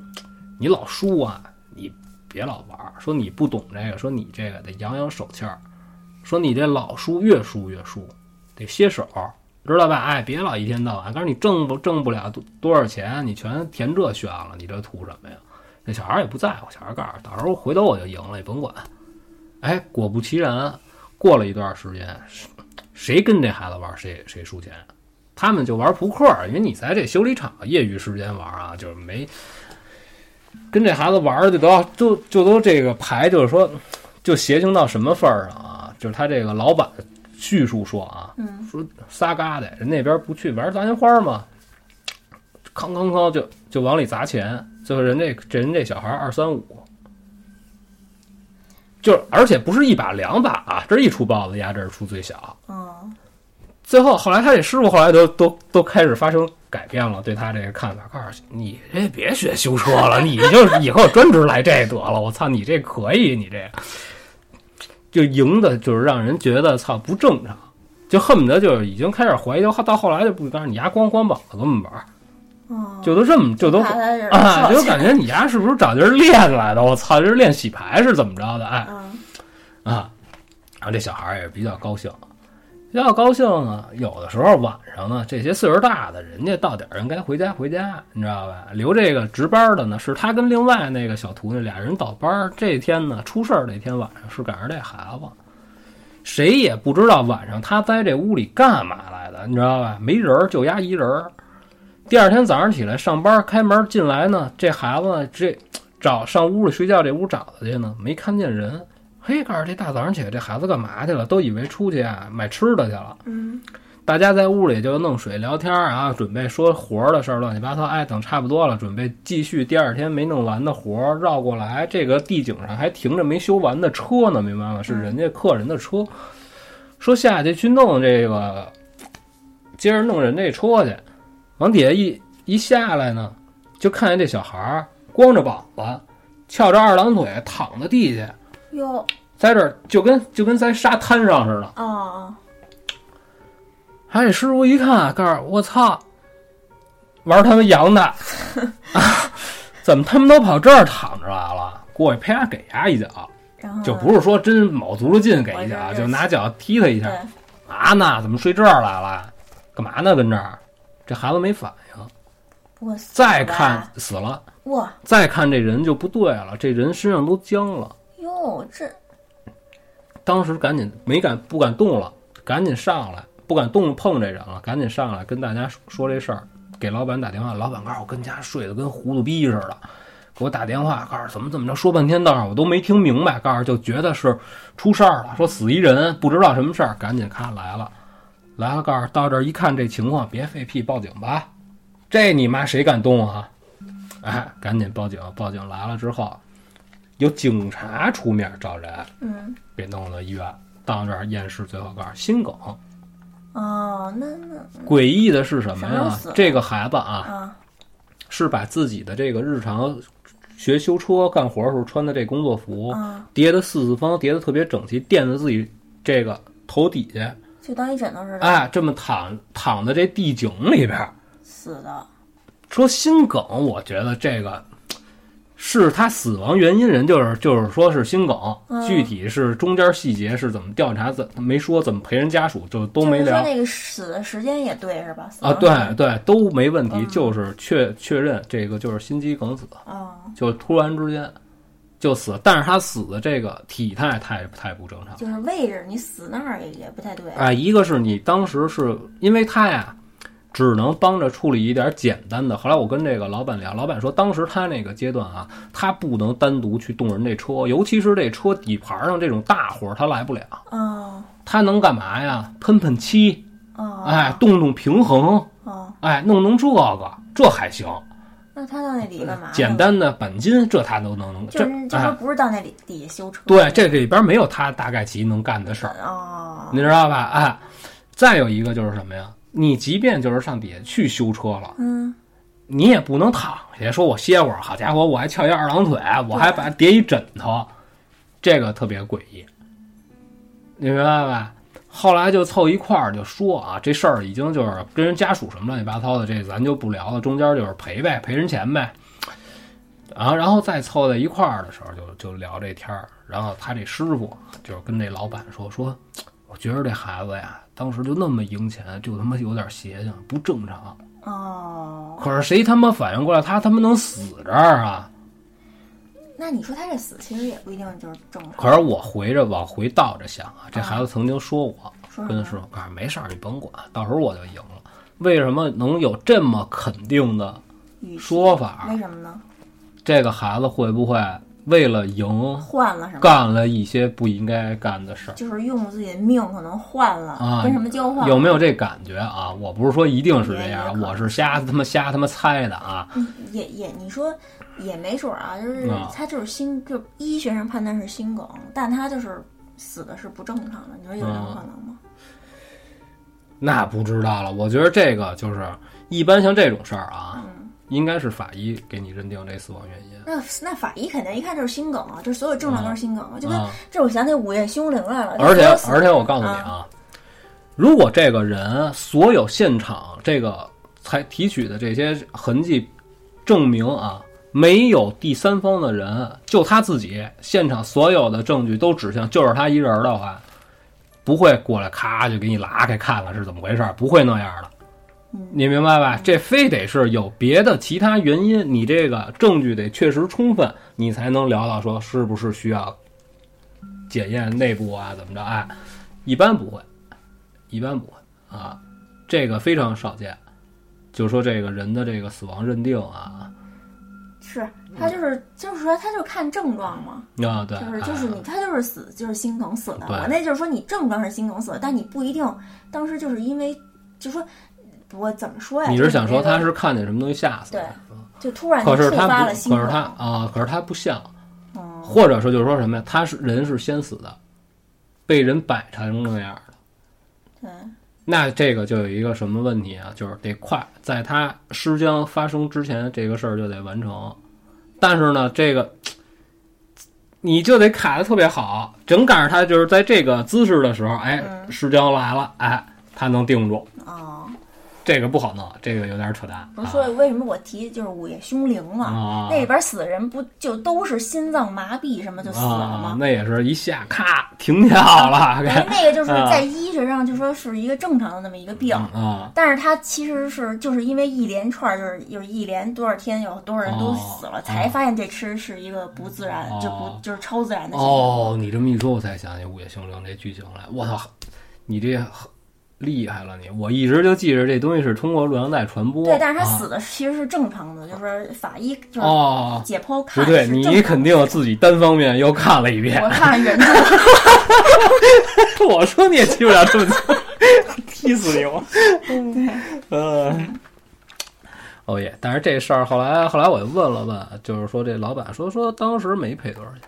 你老叔啊，你别老玩儿，说你不懂这个，说你这个得养养手气儿。”说你这老输越输越输，得歇手，知道吧？哎，别老一天到晚，告诉你挣不挣不了多多少钱，你全填这炫了，你这图什么呀？那小孩儿也不在乎，小孩儿告诉到时候回头我就赢了，你甭管。哎，果不其然，过了一段时间，谁谁跟这孩子玩谁谁输钱，他们就玩扑克儿，因为你在这修理厂业余时间玩啊，就是没跟这孩子玩儿就都要就就都这个牌，就是说就邪性到什么份儿上啊？就是他这个老板叙述说啊，
嗯
说仨疙瘩，人那边不去玩砸钱花嘛，吭吭吭就就往里砸钱，最后人这这人这小孩二三五，就是而且不是一把两把啊，这一出包子压这儿出最小。
嗯
最后后来他这师傅后来都都都开始发生改变了，对他这个看法，告诉你这别学修车 了，你就以后专职来这得了。我操，你这可以，你这就赢的，就是让人觉得操不正常，就恨不得就是已经开始怀疑，就到后来就不，但是你丫光光膀子这么玩儿，
嗯，
就都这么就都
怕他是
啊，就感觉你丫是不是找地儿练来的？我操，这是练洗牌是怎么着的？哎，
嗯
啊，然后这小孩儿也比较高兴，比较高兴呢。有的时候晚上呢，这些岁数大的人家到点儿人该回家回家，你知道吧？留这个值班的呢，是他跟另外那个小徒弟俩人倒班儿。这天呢，出事儿那天晚上是赶上这孩子，谁也不知道晚上他在这屋里干嘛来的，你知道吧？没人儿，就丫一人儿。第二天早上起来上班，开门进来呢，这孩子呢这找上屋里睡觉，这屋找他去呢，没看见人。嘿，告诉这大早上起来这孩子干嘛去了？都以为出去啊买吃的去了。
嗯
大家在屋里就弄水聊天儿啊，准备说活儿的事儿，乱七八糟。哎，等差不多了，准备继续第二天没弄完的活儿。绕过来，这个地景上还停着没修完的车呢，明白吗？是人家客人的车，说下去去弄这个，接着弄人这车去。往底下一一下来呢，就看见这小孩儿光着膀子，翘着二郎腿躺在地下，
哟，
在这儿就跟就跟在沙滩上似的。
哦哦，
哎，师傅一看，告诉我操，玩他们 洋的，啊怎么他们都跑这儿躺着来了？过去啪给他一脚，
然后呢
就不是说真卯足了劲给一
我知道
脚，就拿脚踢他一下
对。
啊呢？怎么睡这儿来了？干嘛呢？跟这儿？这孩子没反应。
我死
再
了
看死了，
哇
再看这人就不对了，这人身上都僵了。
哟，这
当时赶紧没敢不敢动了，赶紧上来，不敢动碰这人了，赶紧上来跟大家说说这事儿，给老板打电话，老板告诉我跟家睡得跟糊涂逼似的，给我打电话告诉怎么怎么着，说半天道儿我都没听明白，告诉就觉得是出事儿了，说死一人不知道什么事儿，赶紧咔来了，来了告诉到这儿一看这情况，别废屁，报警吧，这你妈谁敢动啊？ 哎，赶紧报警！报警来了之后，由警察出面找人，
嗯
给弄到医院，到这儿验尸，最后告诉心梗。
哦，那那
诡异的是什么
什么时候
呀
死？
这个孩子啊，
啊
是把自己的这个日常学修车干活的时候穿的这工作服
啊，
叠的四四方，叠的特别整齐，垫在自己这个头底下，
就当一枕头似的，
哎，这么躺躺在这地井里边儿。
死的
说心梗，我觉得这个是他死亡原因，人就是就是说是心梗，
嗯
具体是中间细节是怎么调查，怎没说怎么陪人家属，就都
就
没
是
聊
说。那个死的时间也对是吧？死
啊，
亡
对
时间
对，都没问题，
嗯
就是确确认这个就是心肌梗死，
哦，
就突然之间就死，但是他死的这个体态太太不正常。
就是位置，你死那儿也也不太对，
啊，一个是你当时是因为他呀，只能帮着处理一点简单的。后来我跟这个老板聊，老板说当时他那个阶段啊，他不能单独去动人这车，尤其是这车底盘上这种大活儿他来不了，
哦
他能干嘛呀？喷喷漆，
哦
哎，动动平衡，
哦，
哎，弄弄这个，这还行。
那他到那里干嘛？
嗯简，单的钣金，这他都能能
啊就
这
是就说
哎，
不是到那里底下修车，
对，这里边没有他大概其能干的事儿，
哦，
你知道吧？哎，再有一个就是什么呀？你即便就是上底下去修车了，
嗯，
你也不能躺下说我歇会儿，好家伙，我还翘一二郎腿，我还把叠一枕头，这个特别诡异，你明白吧？后来就凑一块儿就说啊，这事儿已经就是跟人家属什么乱七八糟的，这咱就不聊了。中间就是赔呗，赔人钱呗。啊，然后再凑在一块儿的时候就，就聊这天儿。然后他这师傅就是跟这老板说说，我觉得这孩子呀，当时就那么赢钱，就他妈有点邪性，不正常。
哦，
可是谁他妈反应过来，他他妈能死这儿啊？
那你说他这死其实也不一定就是正常，
可是我回着往回倒着想啊，这孩子曾经说我，
说
跟
什
师
么
傅告诉没事儿，你甭管，到时候我就赢了。为什么能有这么肯定的
语气
说啊法？
为什么呢？
这个孩子会不会为了赢
换了什么？
干了一些不应该干的事儿？
就是用自己的命可能换了，
啊
跟什么交换？
有没有这感觉啊？我不是说一定是这
也有可
样，
能
我是瞎他妈瞎他妈猜的啊。
也也，你说也没准儿啊，就是
啊
他就是心，就是医学上判断是心梗，但他就是死的是不正常的，你说有这种可能
啊
吗？
那不知道了，我觉得这个就是一般像这种事儿啊，应该是法医给你认定这死亡原因。
那那法医肯定一看就是心梗啊，就是所有症状都是心梗啊，就跟
啊，
这我想起《午夜凶铃》来了，
而且
就是死
而且我告诉你啊，如果这个人所有现场这个采提取的这些痕迹证明啊，没有第三方的人，就他自己现场所有的证据都指向就是他一人儿的话，不会过来咔就给你拉开看看是怎么回事儿，不会那样的。你明白吧？这非得是有别的其他原因，你这个证据得确实充分，你才能聊到说是不是需要检验内部啊，怎么着？哎，一般不会，一般不会啊，这个非常少见。就说这个人的这个死亡认定啊，
是他就是就是说他就看症状嘛，
啊对，
就是就是你他就是死就是心梗死的，
对
我那就是说你症状是心梗死的，但你不一定当时就是因为就说我怎么说呀？
哎你
就是
想说
这个
他是看见什么东西吓死的？
就突然
可是
就触
他
发
不
了，心
可
梗
是他啊，可是他不像，
嗯
或者说就是说什么呀？他是人是先死的，被人摆成那样的。
对。
那这个就有一个什么问题啊？就是得快，在他尸僵发生之前，这个事儿就得完成。但是呢，这个你就得卡的特别好，正赶上他就是在这个姿势的时候，哎，
嗯
尸僵来了，哎，他能定住。
哦，
这个不好弄，这个有点扯淡。
不是说为什么我提就是午夜凶铃嘛？
啊，
那里边死人不就都是心脏麻痹什么就死了
啊
吗？
那也是一下咔停跳了，
等
给
于那个就是
啊
在医学上就说是一个正常的那么一个病，
啊
但是他其实是就是因为一连串儿就是就是一连多少天有多少人都死了，
哦
才发现这其实是一个不自然，
哦
就不就是超自然的现象。
哦，你这么一说，我才想起《午夜凶铃》这剧情来。我操，你这厉害了你！我一直就记着这东西是通过录像带传播。
对，但是他
啊
死的其实是正常的，就是法医就是
哦，
解剖看
不
是
对，
正
你肯定自己单方面又看了一遍
我。看原著，
我说你也记不了这么多， 踢死你我！嗯，哦耶！但是这事儿后来后来我就问了问，就是说这老板说说当时没赔多少钱，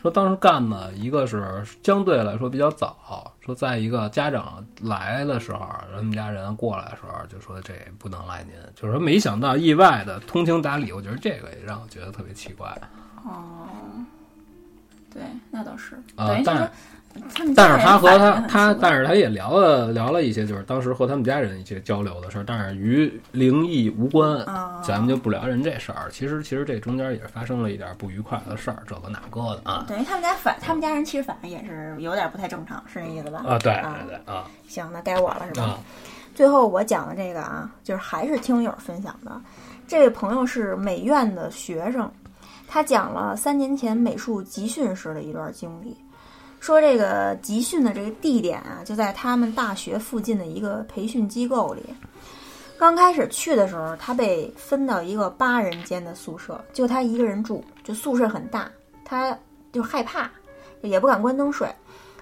说当时干的一个是相对来说比较早，说再一个家长来的时候，他们家人过来的时候就说这不能赖您，就是说没想到意外的通情达理，我觉得这个也让我觉得特别奇怪
哦，对，那倒是，
啊
等于。就
但
是说他
是
们家
但是他
人
和
反
他
应很
他，
奇怪
但是他也聊了聊了一些，就是当时和他们家人一些交流的事儿，但是与灵异无关，
啊
咱们就不聊人这事儿。其实其实这中间也发生了一点不愉快的事儿，这个那个的啊
哦等于他们家反他们家人其实反应也是有点不太正常，是那意思吧？
啊，对对对啊
行，那该我了是吧？
啊
最后我讲的这个啊，就是还是听友分享的。这位朋友是美院的学生，他讲了三年前美术集训时的一段经历，说这个集训的这个地点啊，就在他们大学附近的一个培训机构里。刚开始去的时候，他被分到一个八人间的宿舍，就他一个人住，就宿舍很大，他就害怕，也不敢关灯睡，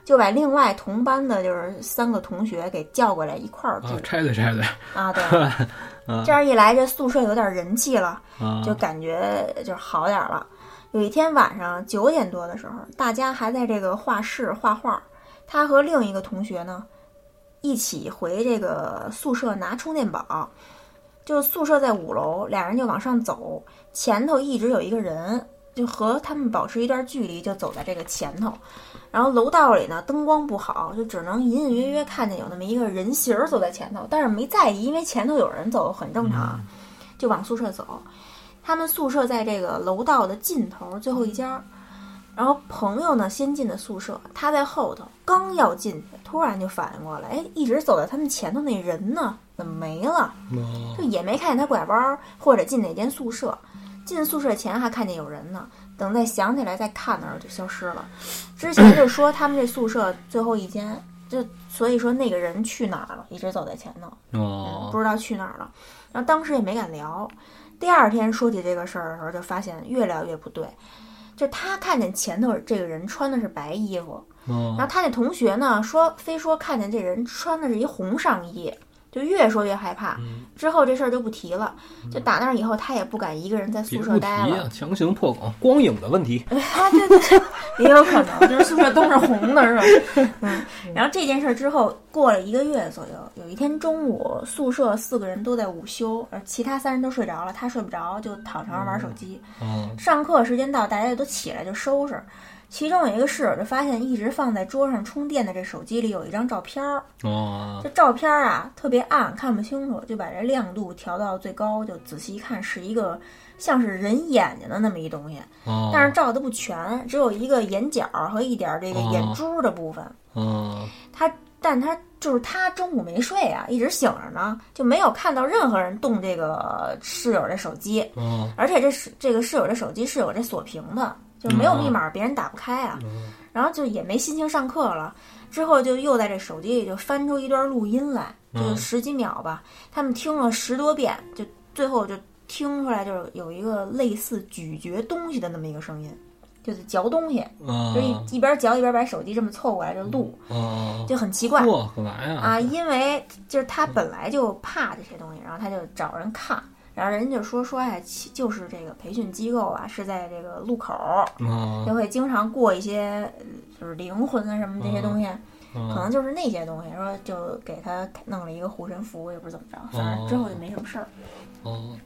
就把另外同班的就是三个同学给叫过来一块儿住
啊，拆对拆对
啊，对，这样一来，这宿舍有点人气了，
啊
就感觉就是好点儿了。有一天晚上九点多的时候，大家还在这个画室画画，他和另一个同学呢一起回这个宿舍拿充电宝。就宿舍在五楼，俩人就往上走，前头一直有一个人，就和他们保持一段距离，就走在这个前头。然后楼道里呢，灯光不好，就只能隐隐约约看见有那么一个人形儿走在前头，但是没在意，因为前头有人走，很正常，就往宿舍走。他们宿舍在这个楼道的尽头最后一间儿，然后朋友呢先进的宿舍，他在后头，刚要进去，突然就反应过来，哎，一直走在他们前头那人呢，怎么没了？就也没看见他拐弯儿或者进哪间宿舍。进宿舍前还看见有人呢，等再想起来再看的时候就消失了。之前就说他们这宿舍最后一间，就所以说那个人去哪儿了，一直走在前头，嗯，不
哦
知道去哪儿了。然后当时也没敢聊。第二天说起这个事儿的时候，就发现越聊越不对。就他看见前头这个人穿的是白衣服，然
哦
后他那同学呢说，非说看见这人穿的是一红上衣，就越说越害怕。
嗯
之后这事儿就不提了。就打那儿以后，他也不敢一个人在
别
宿
不
舍
提
待了
啊，。强行破梗，光影的问题
啊，对对对，也有可能就是宿舍都是红的，是 吧？嗯。然后这件事儿之后，过了一个月左右，有一天中午，宿舍四个人都在午休，而其他三人都睡着了，他睡不着，就躺床上玩手机。
啊
上课时间到，大家就都起来就收拾。其中有一个室友就发现，一直放在桌上充电的这手机里有一张照片儿，
哦
这照片儿啊特别暗，看不清楚，就把这亮度调到最高，就仔细一看是一个像是人眼睛的那么一东西，
哦，
但是照的不全，只有一个眼角和一点儿这个
哦
眼珠的部分。
哦
他，但他就是他中午没睡啊，一直醒着呢，就没有看到任何人动这个室友的手机，
哦
而且这是这个室友的手机是有这锁屏的，就没有密码，别人打不开啊。然后就也没心情上课了，之后就又在这手机里就翻出一段录音来，
嗯
就十几秒吧，他们听了十多遍，就最后就听出来就是有一个类似咀嚼东西的那么一个声音，就是嚼东西，就
哦
一一边嚼一边把手机这么凑过来就录，
哦，
就很奇怪
哇，干嘛呀？
啊，因为就是他本来就怕这些东西，然后他就找人看。然后人家就说说哎，其就是这个培训机构啊，是在这个路口儿，
啊
就会经常过一些呃就是灵魂啊什么这些东西。
嗯
可能就是那些东西，然后就给他弄了一个护身符，也不知道怎么着，反正之后就没什么事儿。
哦，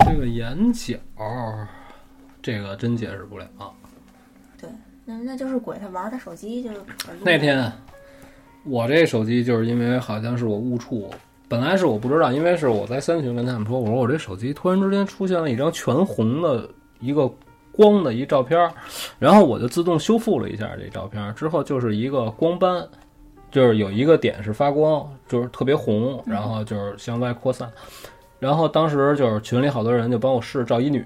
这个眼角，这个真解释不了。啊
那那就是鬼，他玩他手机就
那天我这手机就是因为好像是我误触，本来是我不知道，因为是我在三群跟他们说，我说我这手机突然之间出现了一张全红的一个光的一照片儿，然后我就自动修复了一下这照片儿，之后就是一个光斑。就是有一个点是发光，就是特别红，然后就是向外扩散。然后当时就是群里好多人就帮我试赵一女，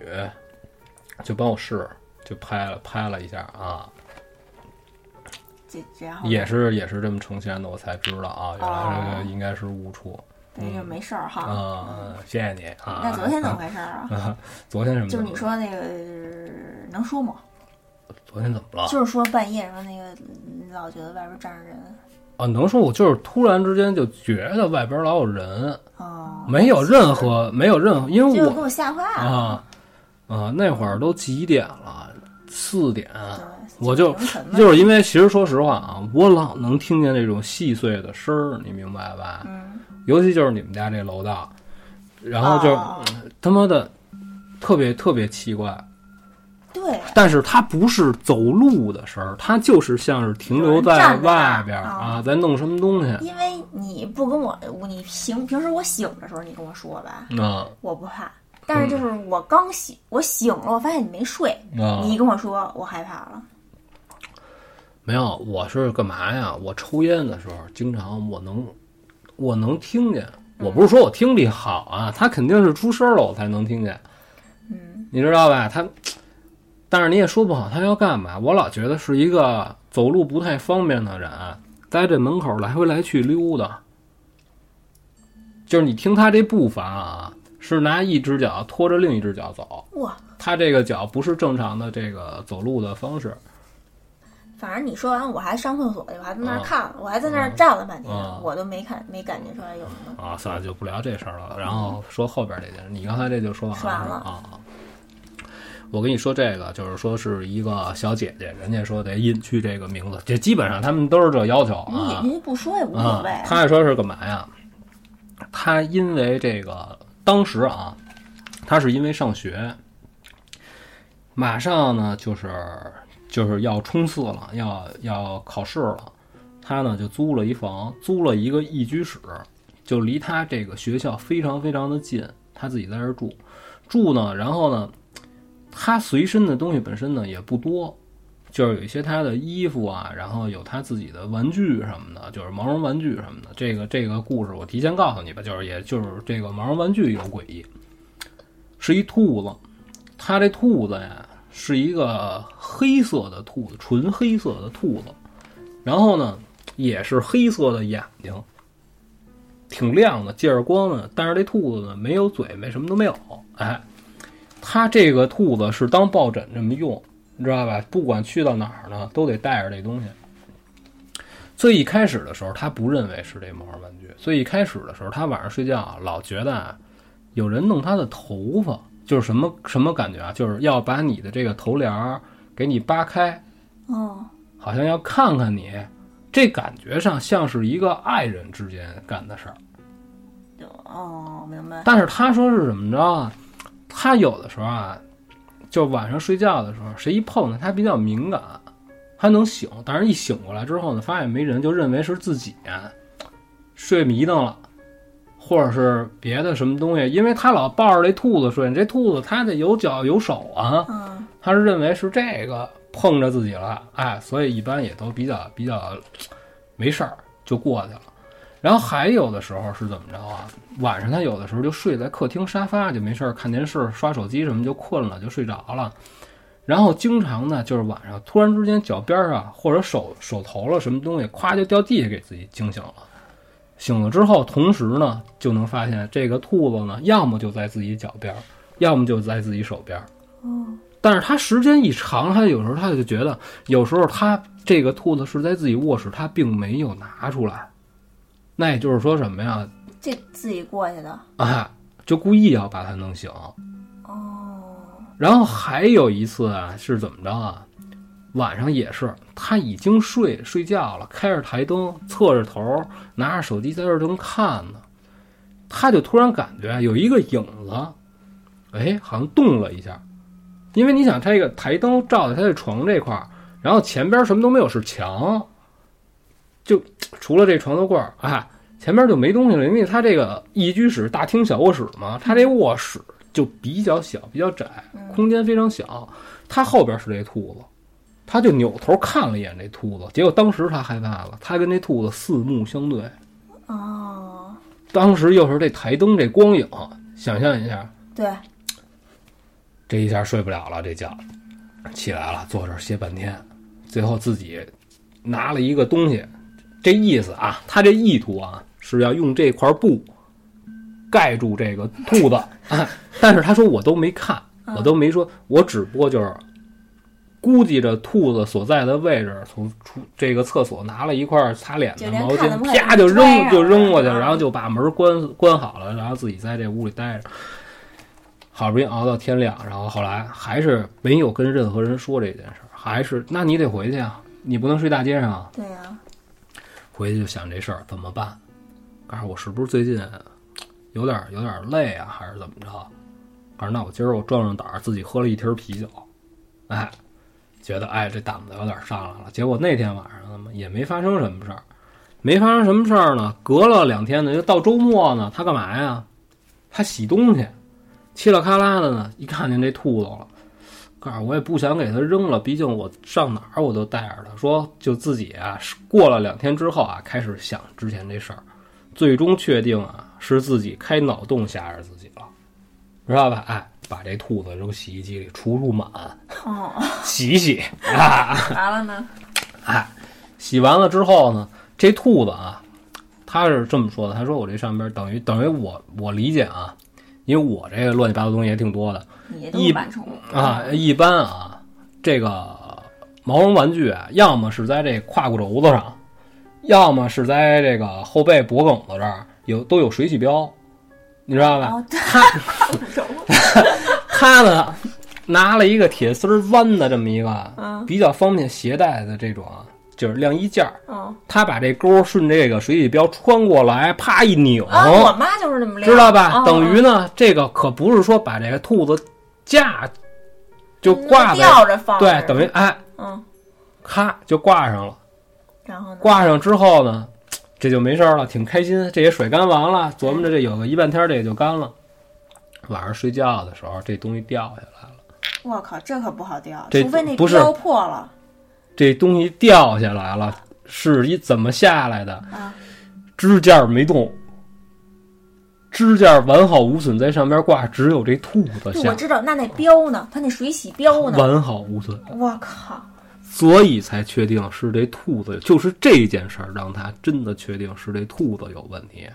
就帮我试，就拍了拍了一下啊。
这然后
也是也是这么呈现的，我才知道啊，原来这
哦
个应该是误触
那就没事儿哈。
啊。谢谢你啊。
哦那昨天怎么
啊？
回事儿啊？
昨天什么？
就是你，说那个呃能说吗？
昨天怎么了？
就是说半夜，然后那个嗯老觉得外边站着人
啊，能说我就是突然之间就觉得外边老有人，
哦，
没有任何没有任何，因为
这就给
我
我吓坏了。
啊啊那会儿都几点了？四点。
对，
我就
凌晨嘛
就是因为其实说实话啊，我老能听见这种细碎的声儿，你明白吧？
嗯，
尤其就是你们家这楼道，然后就、
哦
他妈的特别特别奇怪，
对，
但是它不是走路的声儿，它就是像是停留在外边
有人站在那
儿
儿
啊，在弄什么东西
因为你不跟我，我你平平时我醒的时候你跟我说吧，
啊
我不怕。但是就是我刚醒，我醒了，我发现你没睡，
嗯啊！
你一跟我说，我害怕了。
没有，我是干嘛呀？我抽烟的时候，经常我能我能听见。我不是说我听力好啊，他肯定是出声了我才能听见，
嗯，
你知道吧？他，但是你也说不好他要干嘛。我老觉得是一个走路不太方便的人，啊在这门口来回来去溜达。就是你听他这步伐啊，是拿一只脚拖着另一只脚走，
哇，
他这个脚不是正常的这个走路的方式。
反正你说完，我还上厕所去，我还在那儿
啊
看了，我还在那儿站了半天，
啊
我都没看没感觉出来有什么。
啊，算了，就不聊这事儿了。然后说后边这件事，你刚才这就说完
说完了
啊。我跟你说这个，就是说是一个小姐姐，人家说得隐去这个名字，这基本上他们都是这要求
你
啊
隐去不说也无所
啊
谓。。
他还说是干嘛呀？他因为这个当时啊，他是因为上学，马上呢就是就是要冲刺了，要要考试了，他呢就租了一房，租了一个一居室，就离他这个学校非常非常的近，他自己在这儿住，住呢，然后呢，他随身的东西本身呢也不多，就是有一些他的衣服啊，然后有他自己的玩具什么的，就是毛绒玩具什么的。这个这个故事我提前告诉你吧，就是也就是这个毛绒玩具有诡异，是一兔子，他这兔子呀是一个黑色的兔子，纯黑色的兔子，然后呢也是黑色的眼睛，挺亮的，借着光呢。但是这兔子呢没有嘴，没什么都没有，哎，它这个兔子是当抱枕这么用。你知道吧？不管去到哪儿呢，都得带着这东西。最一开始的时候，他不认为是这毛绒玩具。最一开始的时候，他晚上睡觉啊老觉得啊，有人弄他的头发，就是什么什么感觉啊？就是要把你的这个头帘儿给你扒开，
哦，
好像要看看你。这感觉上像是一个爱人之间干的事儿。
就哦，明白。
但是他说是怎么着啊？他有的时候啊，就晚上睡觉的时候，谁一碰他，他比较敏感，他能醒，但是一醒过来之后呢，发现没人，就认为是自己啊睡迷瞪了，或者是别的什么东西，因为他老抱着这兔子睡，这兔子它得有脚有手啊，
嗯，
他是认为是这个碰着自己了，哎，所以一般也都比较比较没事儿就过去了。然后还有的时候是怎么着啊？晚上他有的时候就睡在客厅沙发，就没事儿看电视、刷手机什么，就困了就睡着了。然后经常呢，就是晚上突然之间脚边儿啊，或者手手头了什么东西，咵就掉地下，给自己惊醒了。醒了之后，同时呢，就能发现这个兔子呢，要么就在自己脚边儿，要么就在自己手边儿。
哦，
但是他时间一长，他有时候他就觉得，有时候他这个兔子是在自己卧室，他并没有拿出来。那也就是说什么呀？
这自己过去的。
啊，就故意要把它弄醒。
哦，
然后还有一次啊，是怎么着啊？晚上也是，他已经睡睡觉了，开着台灯，侧着头，拿着手机在这儿正看呢，他就突然感觉有一个影子，哎，好像动了一下，因为你想，他这个台灯照在他的床这块儿，然后前边什么都没有，是墙，就除了这床头柜儿，哎，前边就没东西了，因为他这个一居室、大厅、小卧室嘛，他这卧室就比较小、比较窄，空间非常小，他后边是这兔子。他就扭头看了一眼这兔子，结果当时他害怕了，他跟这兔子四目相对。
哦，
当时又是这台灯这光影，想象一下，
对，
这一下睡不了了，这觉起来了，坐这儿歇半天，最后自己拿了一个东西，这意思啊，他这意图啊是要用这块布盖住这个兔子， 哎但是他说我都没看，我都没说，我只不过就是估计着兔子所在的位置，从出这个厕所拿了一块擦脸的
就连
毛
看都
巾，
不看
啪就
就揣
扔
上
就
了
扔过去，
啊
然后就把门关关好了，然后自己在这屋里待着。好不容易熬到天亮，然后后来还是没有跟任何人说这件事儿，还是那你得回去啊，你不能睡大街上啊。
对呀、
回去就想这事儿怎么办？告诉我是不是最近有点有点累啊，还是怎么着？告诉那我今儿我壮壮胆儿，自己喝了一瓶啤酒，哎，觉得哎这胆子有点上来了。结果那天晚上呢也没发生什么事儿，没发生什么事儿呢。隔了两天呢，就到周末呢，他干嘛呀？他洗东西，嘁啦咔啦的呢，一看见这兔子了。告诉我也不想给它扔了，毕竟我上哪儿我都带着它。说就自己啊，是过了两天之后啊，开始想之前这事儿，最终确定啊是自己开脑洞吓着自己了，知道吧？哎，把这兔子扔洗衣机里除除螨，
哦，
洗洗啊。
完了呢，
哎，洗完了之后呢，这兔子啊，他是这么说的，他说我这上边等于等于我我理解啊，因为我这个乱七八糟东西也挺多的，
你都
一
是晚宠物，
啊，一般啊，这个毛绒玩具啊，要么是在这胯骨轴子上，要么是在这个后背脖梗子这儿有都有水洗标，你知道吧？
哦
他他呢拿了一个铁丝儿弯的这么一个、
啊
比较方便携带的这种啊，就是晾衣架儿，
哦
他把这钩儿顺这个水洗标穿过来，啪一拧，
啊，我妈就是那么练，
知道吧？
哦
等于呢，这个可不是说把这个兔子架
嗯
就挂在
吊着放着，
对，等于哎，
嗯，
咔就挂上了。
然后呢？
挂上之后呢，这就没事儿了，挺开心。这也甩干完了，琢磨着这有个一半天，这也就干了。晚上睡觉的时候，这东西掉下来了，
我靠，这可不好掉，
这
除非那
不是
标破了。
这东西掉下来了，是一怎么下来的？
啊
支架没动。支架完好无损，在上边挂，只有这兔子
对，我
下
知道，那那标呢？它那水洗标呢？
完好无损。
我靠！
所以才确定是这兔子，就是这件事儿让他真的确定是这兔子有问题，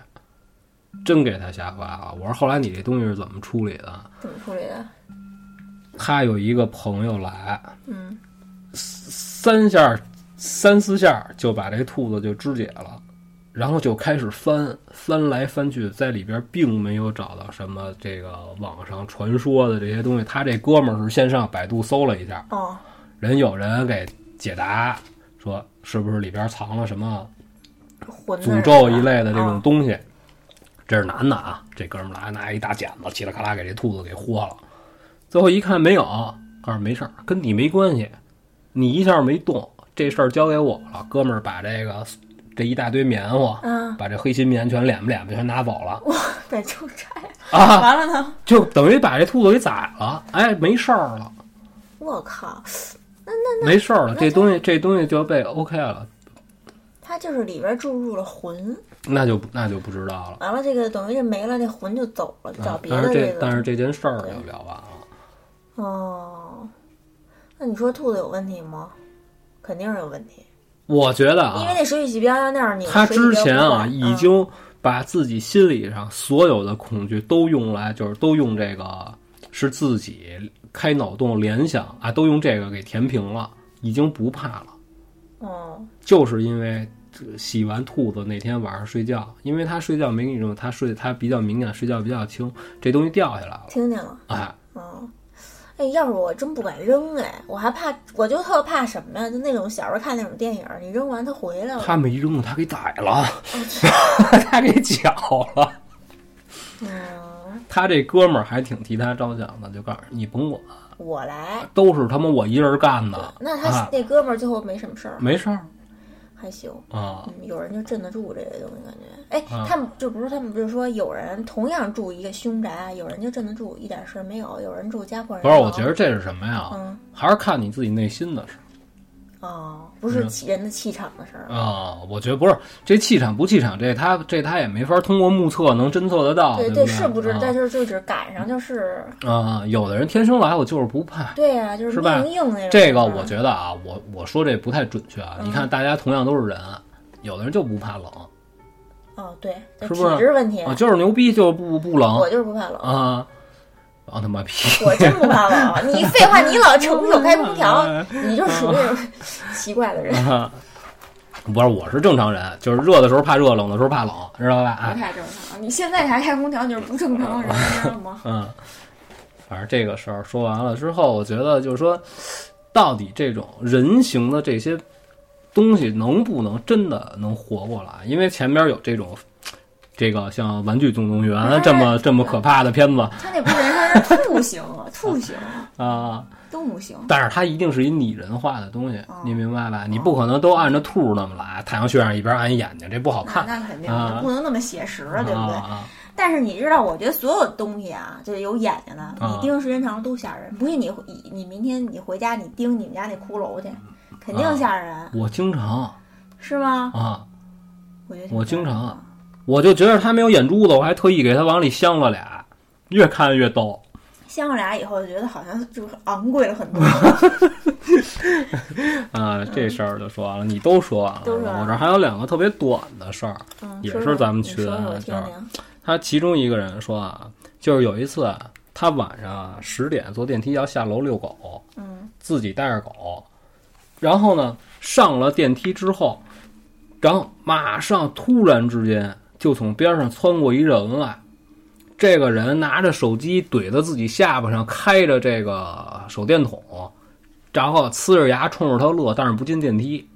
真给他吓坏了。我说后来你这东西是怎么处理的？
怎么处理的？
他有一个朋友来，
嗯，
三下儿三四下儿就把这兔子就肢解了，然后就开始翻翻来翻去，在里边并没有找到什么这个网上传说的这些东西。他这哥们儿是先上百度搜了一下，
哦，
人有人给解答说是不是里边藏了什么
魂
诅咒一类的这种东西。这是男的啊，这哥们儿来拿一大剪子，嘁啦咔啦给这兔子给豁了。最后一看没有，告诉没事儿，跟你没关系，你一下没动，这事儿交给我了。哥们儿把这个这一大堆棉花，
嗯，
把这黑心棉全敛吧敛吧全拿走了
被出差
啊，
完了呢？
就等于把这兔子给宰了。哎，没事儿了，
我靠，
没事儿了，这东西这东西就被 OK 了，
它就是里边注入了魂，
那就不那就不知道了。
完了这个等于是没了，那魂就走了，就找
啊
别
但
的
是
这
这
个。
但是这件事儿就聊完啊了。
哦，那你说兔子有问题吗？肯定是有问题，
我觉得啊，
因为那水洗标要那样拧，
他之前啊，
水洗标不
已
坏
经把自己心理上所有的恐惧都用来，就是都用这个是自己开脑洞联想啊，都用这个给填平了，已经不怕了。
嗯哦，
就是因为呃洗完兔子那天晚上睡觉，因为他睡觉没跟你说，他睡他比较敏感，睡觉比较轻，这东西掉下来了，
听见了，
哎，
嗯。
哎，
哎，
要是我真不敢扔，哎，我还怕，我就特怕什么呀？就那种小时候看那种电影儿，你扔完它回来了，
他没扔，他给逮
哦
了，他给绞了。
嗯，
他这哥们儿还挺替他着想的，就告诉你，你甭管，
我来。
都是他妈我一人干的。
那他、
啊、
那哥们儿最后没什么事儿，
没事儿
还行。
啊，
嗯，有人就镇得住这个东西，感觉。哎，
啊
他们就不是他们，就是说有人同样住一个凶宅，啊有人就镇得住，一点事儿没有；有人住家破人
不
亡。
是，我觉得这是什么呀？
嗯，
还是看你自己内心的事儿
哦，不是气人的气场的事儿。
嗯啊。我觉得不是这气场不气场，这他这他也没法通过目测能侦测得到，
对
不
对，是不知
啊，嗯
但就是就是赶上就是，
啊，有的人天生来我就是不怕。
对呀、就是
吧
命硬那种。
这个我觉得啊，我我说这不太准确
嗯
啊。你看，大家同样都是人，有的人就不怕冷
哦，对，就是
不是
体质问题。
啊，就是牛逼，就是不不冷
我就是不怕冷，
啊。啊他妈逼！
我真不怕 冷。你废话，你老成宿开空调，你就属于那种 奇怪的人。
啊不是，我是正常人，就是热的时候怕热，冷的时候怕冷，知道吧？
不
啊，
太正常。你现在还开空调，你就是不正常的人，知道吗？
嗯，反正这个事儿说完了之后，我觉得就是说，到底这种人形的这些东西能不能真的能活过来？因为前面有这种。这个像《玩具总动员》这
哎
么这么可怕的片子
他那不是人，他是兔形啊，兔形，
啊，
动物形。
但是它一定是一拟人化的东西，
哦
你明白吧？你不可能都按照兔那么来，太阳穴上一边按一眼睛，这不好
那
看
那肯定
啊
不能那么写实
啊
了，对不对？
啊！
但是你知道，我觉得所有东西啊，就是有眼睛的，
啊
你盯时间长了都吓人。不信你回，你你明天你回家，你盯你们家那骷髅去，
嗯
肯定吓人，
我经常
是吗？
啊，
我
哎
觉得挺
我
吓
经
人的
常啊我就觉得他没有眼珠子，我还特意给他往里镶了俩，越看越逗。
相了俩以后，觉得好像就是昂贵了很 多。
啊，这事儿就说完了，你都说完了，
都说完了
我这儿还有两个特别短的事儿，
嗯，
也
说
是
说
咱们
你
群
说
啊
说我听
这儿
听。
他其中一个人说啊，就是有一次啊他晚上十点坐电梯要下楼遛狗，
嗯，
自己带着狗，然后呢上了电梯之后，然后马上突然之间就从边上窜过一人来，这个人拿着手机怼在自己下巴上，开着这个手电筒，然后呲着牙冲着他乐，但是不进电梯，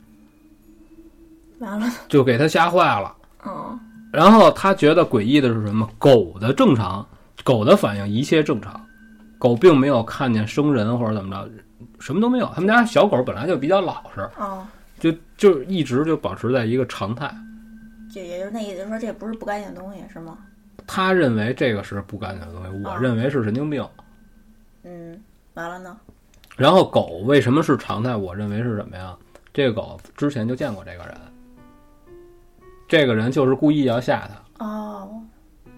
完了，
就给他吓坏了。
哦
嗯，
然后他觉得诡异的是什么？狗的正常，狗的反应一切正常，狗并没有看见生人或者怎么着，什么都没有。他们家小狗本来就比较老实，
哦，
就就一直就保持在一个常态。
就也就是那意思，说这不是不干净的东西是吗？
他认为这个是不干净的东西，我
啊
认为是神经病。
嗯，完了呢，
然后狗为什么是常态？我认为是什么呀？这个狗之前就见过这个人，这个人就是故意要吓他。
哦，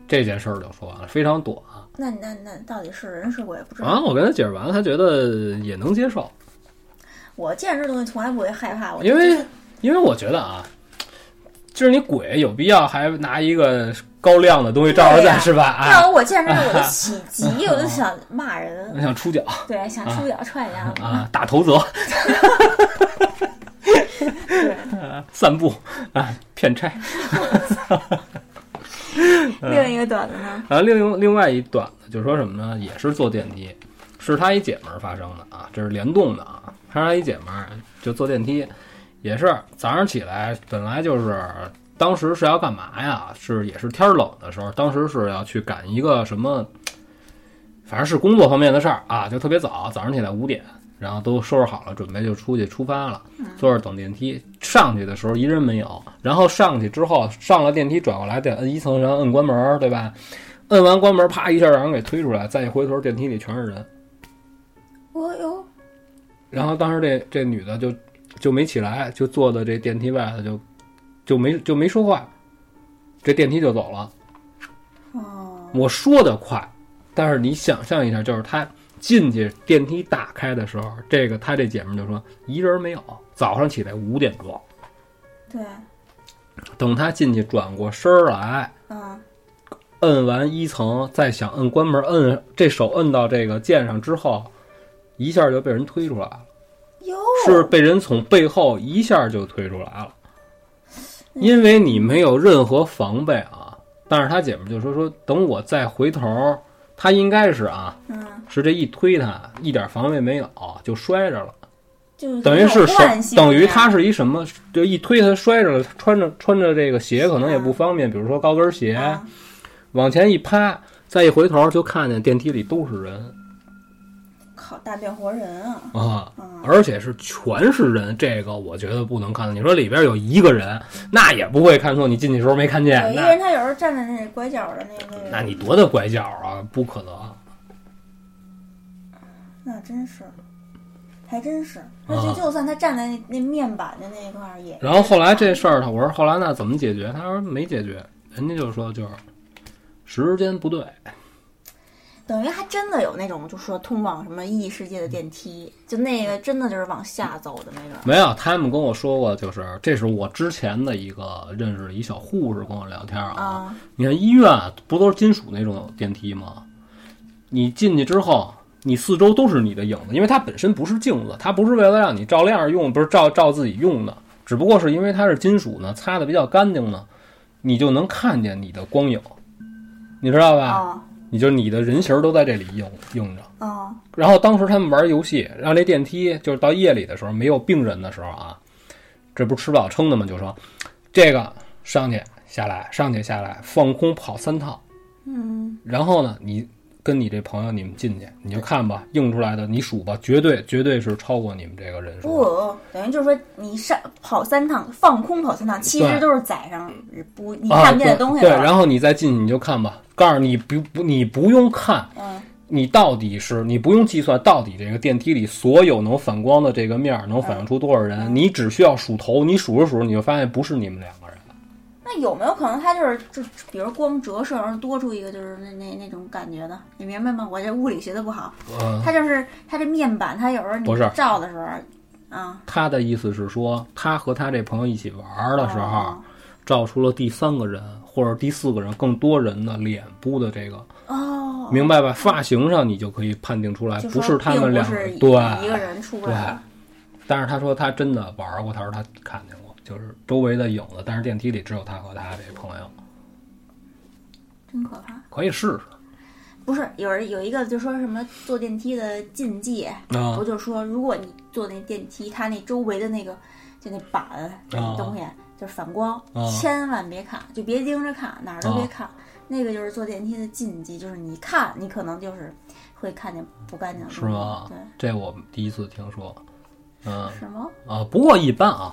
这件事儿就说完了，非常短
那那那到底是人是鬼不知道。
啊！我跟他解释完了，他觉得也能接受。
我见这东西从来不会害怕，我
因为因为我觉得啊，就是你鬼有必要还拿一个高亮的东西照着
对
咱
呀
是吧？啊，
要我见着 我就喜极，我就想骂
我
人，
想出脚
对，
嗯
想出脚踹人家。
啊，打头泽，
对，
散步啊，骗差。嗯
另一个短的呢，
然后另另外一段呢，就是说什么呢？也是坐电梯，是他一姐们儿发生的啊，这是联动的啊。他说他一姐们儿就坐电梯，也是早上起来本来就是当时是要干嘛呀？是也是天儿冷的时候，当时是要去赶一个什么，反正是工作方面的事儿啊，就特别早，早上起来五点，然后都收拾好了，准备就出去出发了，坐着等电梯。上去的时候一人没有，然后上去之后上了电梯转过来得摁一层，然后摁关门儿，对吧？摁完关门，啪一下让人给推出来，再一回头，电梯里全是人。
我哟，
然后当时这这女的就就没起来，就坐在这电梯外头，就就没就没说话，这电梯就走了。
哦，
我说的快，但是你想象一下，就是她进去电梯打开的时候，这个她这姐们就说一人没有。早上起来五点多，
对，
等她进去转过身儿来，
嗯，
摁完一层，再想摁关门，摁这手摁到这个键上之后，一下就被人推出来了。
哟，
哦
是被人从背后一下就推出来了，因为你没有任何防备啊。但是他姐们就说说，等我再回头，他应该是啊，
嗯，
是这一推他，一点防备没有就摔着了，
就是
等于是手
嗯惯性，
等于他是一什么，就一推他摔着了，他穿着穿着这个鞋可能也不方便，比如说高跟鞋，
啊
往前一趴，再一回头就看见电梯里都是人
靠大变活人啊，
啊。
嗯，
而且是全是人，这个我觉得不能看错。你说里边有一个人，那也不会看错。你进去时候没看见，
有一个
啊那
人他有时候站在那拐角的那个位置，
那你多大拐角啊？不可能。
那真是，还真是。那
啊
就就算他站在那那面板的那一块儿也，
然后后来这事儿，他我说后来那怎么解决？他说没解决，人家就说就是时间不对，
等于还真的有那种就说通往什么异世界的电梯，就那个真的就是往下走的那种。
没有。他们跟我说过，就是这是我之前的一个认识的一小护士跟我聊天啊。
啊，
你看医院不都是金属那种电梯吗？你进去之后，你四周都是你的影子，因为它本身不是镜子，它不是为了让你照亮用，不是照照自己用的，只不过是因为它是金属呢，擦的比较干净呢，你就能看见你的光影，你知道吧？
哦
你就你的人形儿都在这里映映着。
哦，
然后当时他们玩游戏，然后这电梯就是到夜里的时候没有病人的时候啊，这不是吃不饱撑的吗？就说这个上去下来，上去下来，放空跑三趟。
嗯，
然后呢，你跟你这朋友你们进去，你就看吧，映出来的你数吧，绝对绝对是超过你们这个人
不、
数。
等于就是说你上跑三趟，放空跑三趟，其实
对
都是载上不你
啊，
看不见的东西
对，
了。
对然后你再进去你就看吧，告诉你不不你不用看，
嗯，
你到底是你不用计算到底这个电梯里所有能反光的这个面儿能反映出多少人，
嗯
你只需要数头，你数着数着你就发现不是你们两个人。
那有没有可能它就是就比如光折射而多出一个就是那那那种感觉呢？你明白吗？我这物理学的不好，
嗯，
它就是它这面板，它有时候
不是
你照的时候啊，
他的意思是说，他和他这朋友一起玩儿的时候
哦，
照出了第三个人或者第四个人更多人的脸部的这个，
哦，
明白吧？发型上你就可以判定出来
就
不是
说
他
并
们
不
两个
是
人，
一
对，
一个人出来的。
但是他说他真的玩过，他说他看见过，就是周围的影子，但是电梯里只有他和他这朋友，
真可怕！
可以试试
不是有人有一个就说什么坐电梯的禁忌，
啊
不。就说如果你坐那电梯，它那周围的那个就那板那东西就是反光，
啊
千万别看，就别盯着看，哪儿都别看。那个就是坐电梯的禁忌，就是你看，你可能就是会看见不干净的
是
东西
吗？
对，
这我第一次听说。嗯
是吗？
啊，不过一般啊，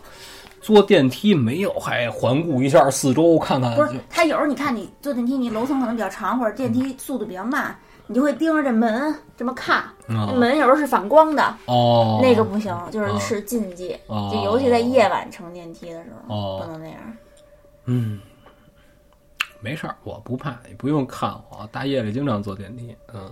坐电梯没有还环顾一下四周看看
不，
就是嗯
它有时候你看你坐电梯，你楼层可能比较长，或者电梯速度比较慢，你就会盯着这门这么看，
啊
门有时候是反光的，
哦，
那个不行，就是
啊
是禁忌，
哦
就尤其在夜晚乘电梯的时候，
哦
不能那样。
嗯，没事儿，我不怕，你不用看我，大夜里经常坐电梯。嗯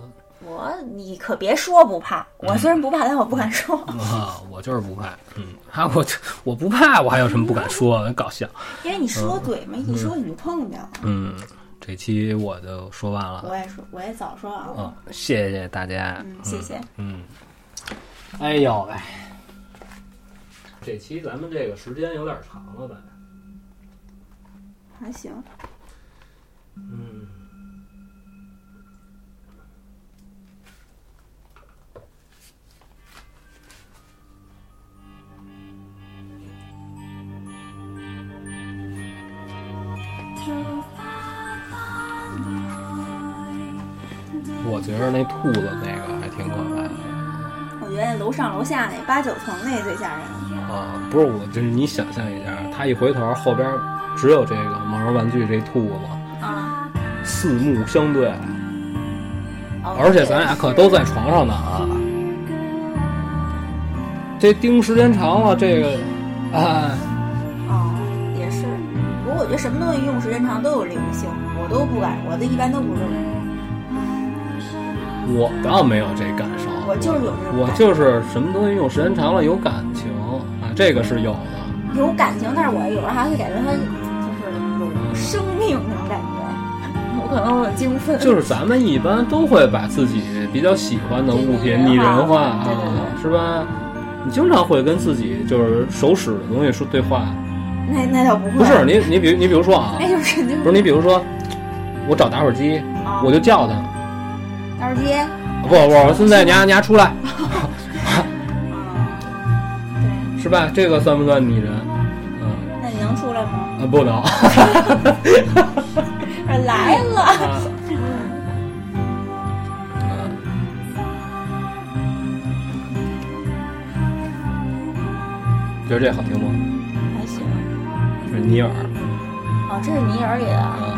我你可别说不怕，我虽然不怕，但我不敢说。
啊，我就是不怕。嗯，啊，我就我不怕，我还有什么不敢说？搞笑。
因为你说嘴嘛，一说你就碰见了。
嗯，这期我就说完了。
我也说，我也早说啊，
嗯，谢谢大家。
嗯，谢谢。
嗯，哎呦喂，这期咱们这个时间有点长了吧？
还行，
嗯，我觉得那兔子那个还挺可怕的
我觉得楼上楼下那八九层那最吓人。
啊！不是我，就是你想象一下，它一回头后边只有这个毛绒玩具这兔子，
啊，
四目相对，
哦
而且咱俩可都在床上呢啊！这盯时间长了，这个，啊，
哦，也是。不过我觉得什么东西用时间长都有灵性，我都不敢，我的一般都不是。
我倒没有这感受，
我就是有这种
我
感觉
就是什么东西用时间长了有感情啊，这个是有的。
有感情，但是我有时候还会感觉它就是有生命那种感觉，我可能会有精分。
就是咱们一般都会把自己比较喜欢的物
对
品拟
拟人化
人化啊
对对，
是吧？你经常会跟自己就是手使的东西说对话，
那那倒不会，
不是你你比如你比
哎
如说啊，
那就是神经
不是你比如说，我找打火机，啊
啊
我就叫他，
二街，
不不，现在你丫你丫出来
嗯，
是吧？这个算不算拟人？嗯
那你能出来吗？
啊，不能。
来了，
啊觉得这好听吗？
还行。
是尼尔
哦，这是尼尔里的，
啊，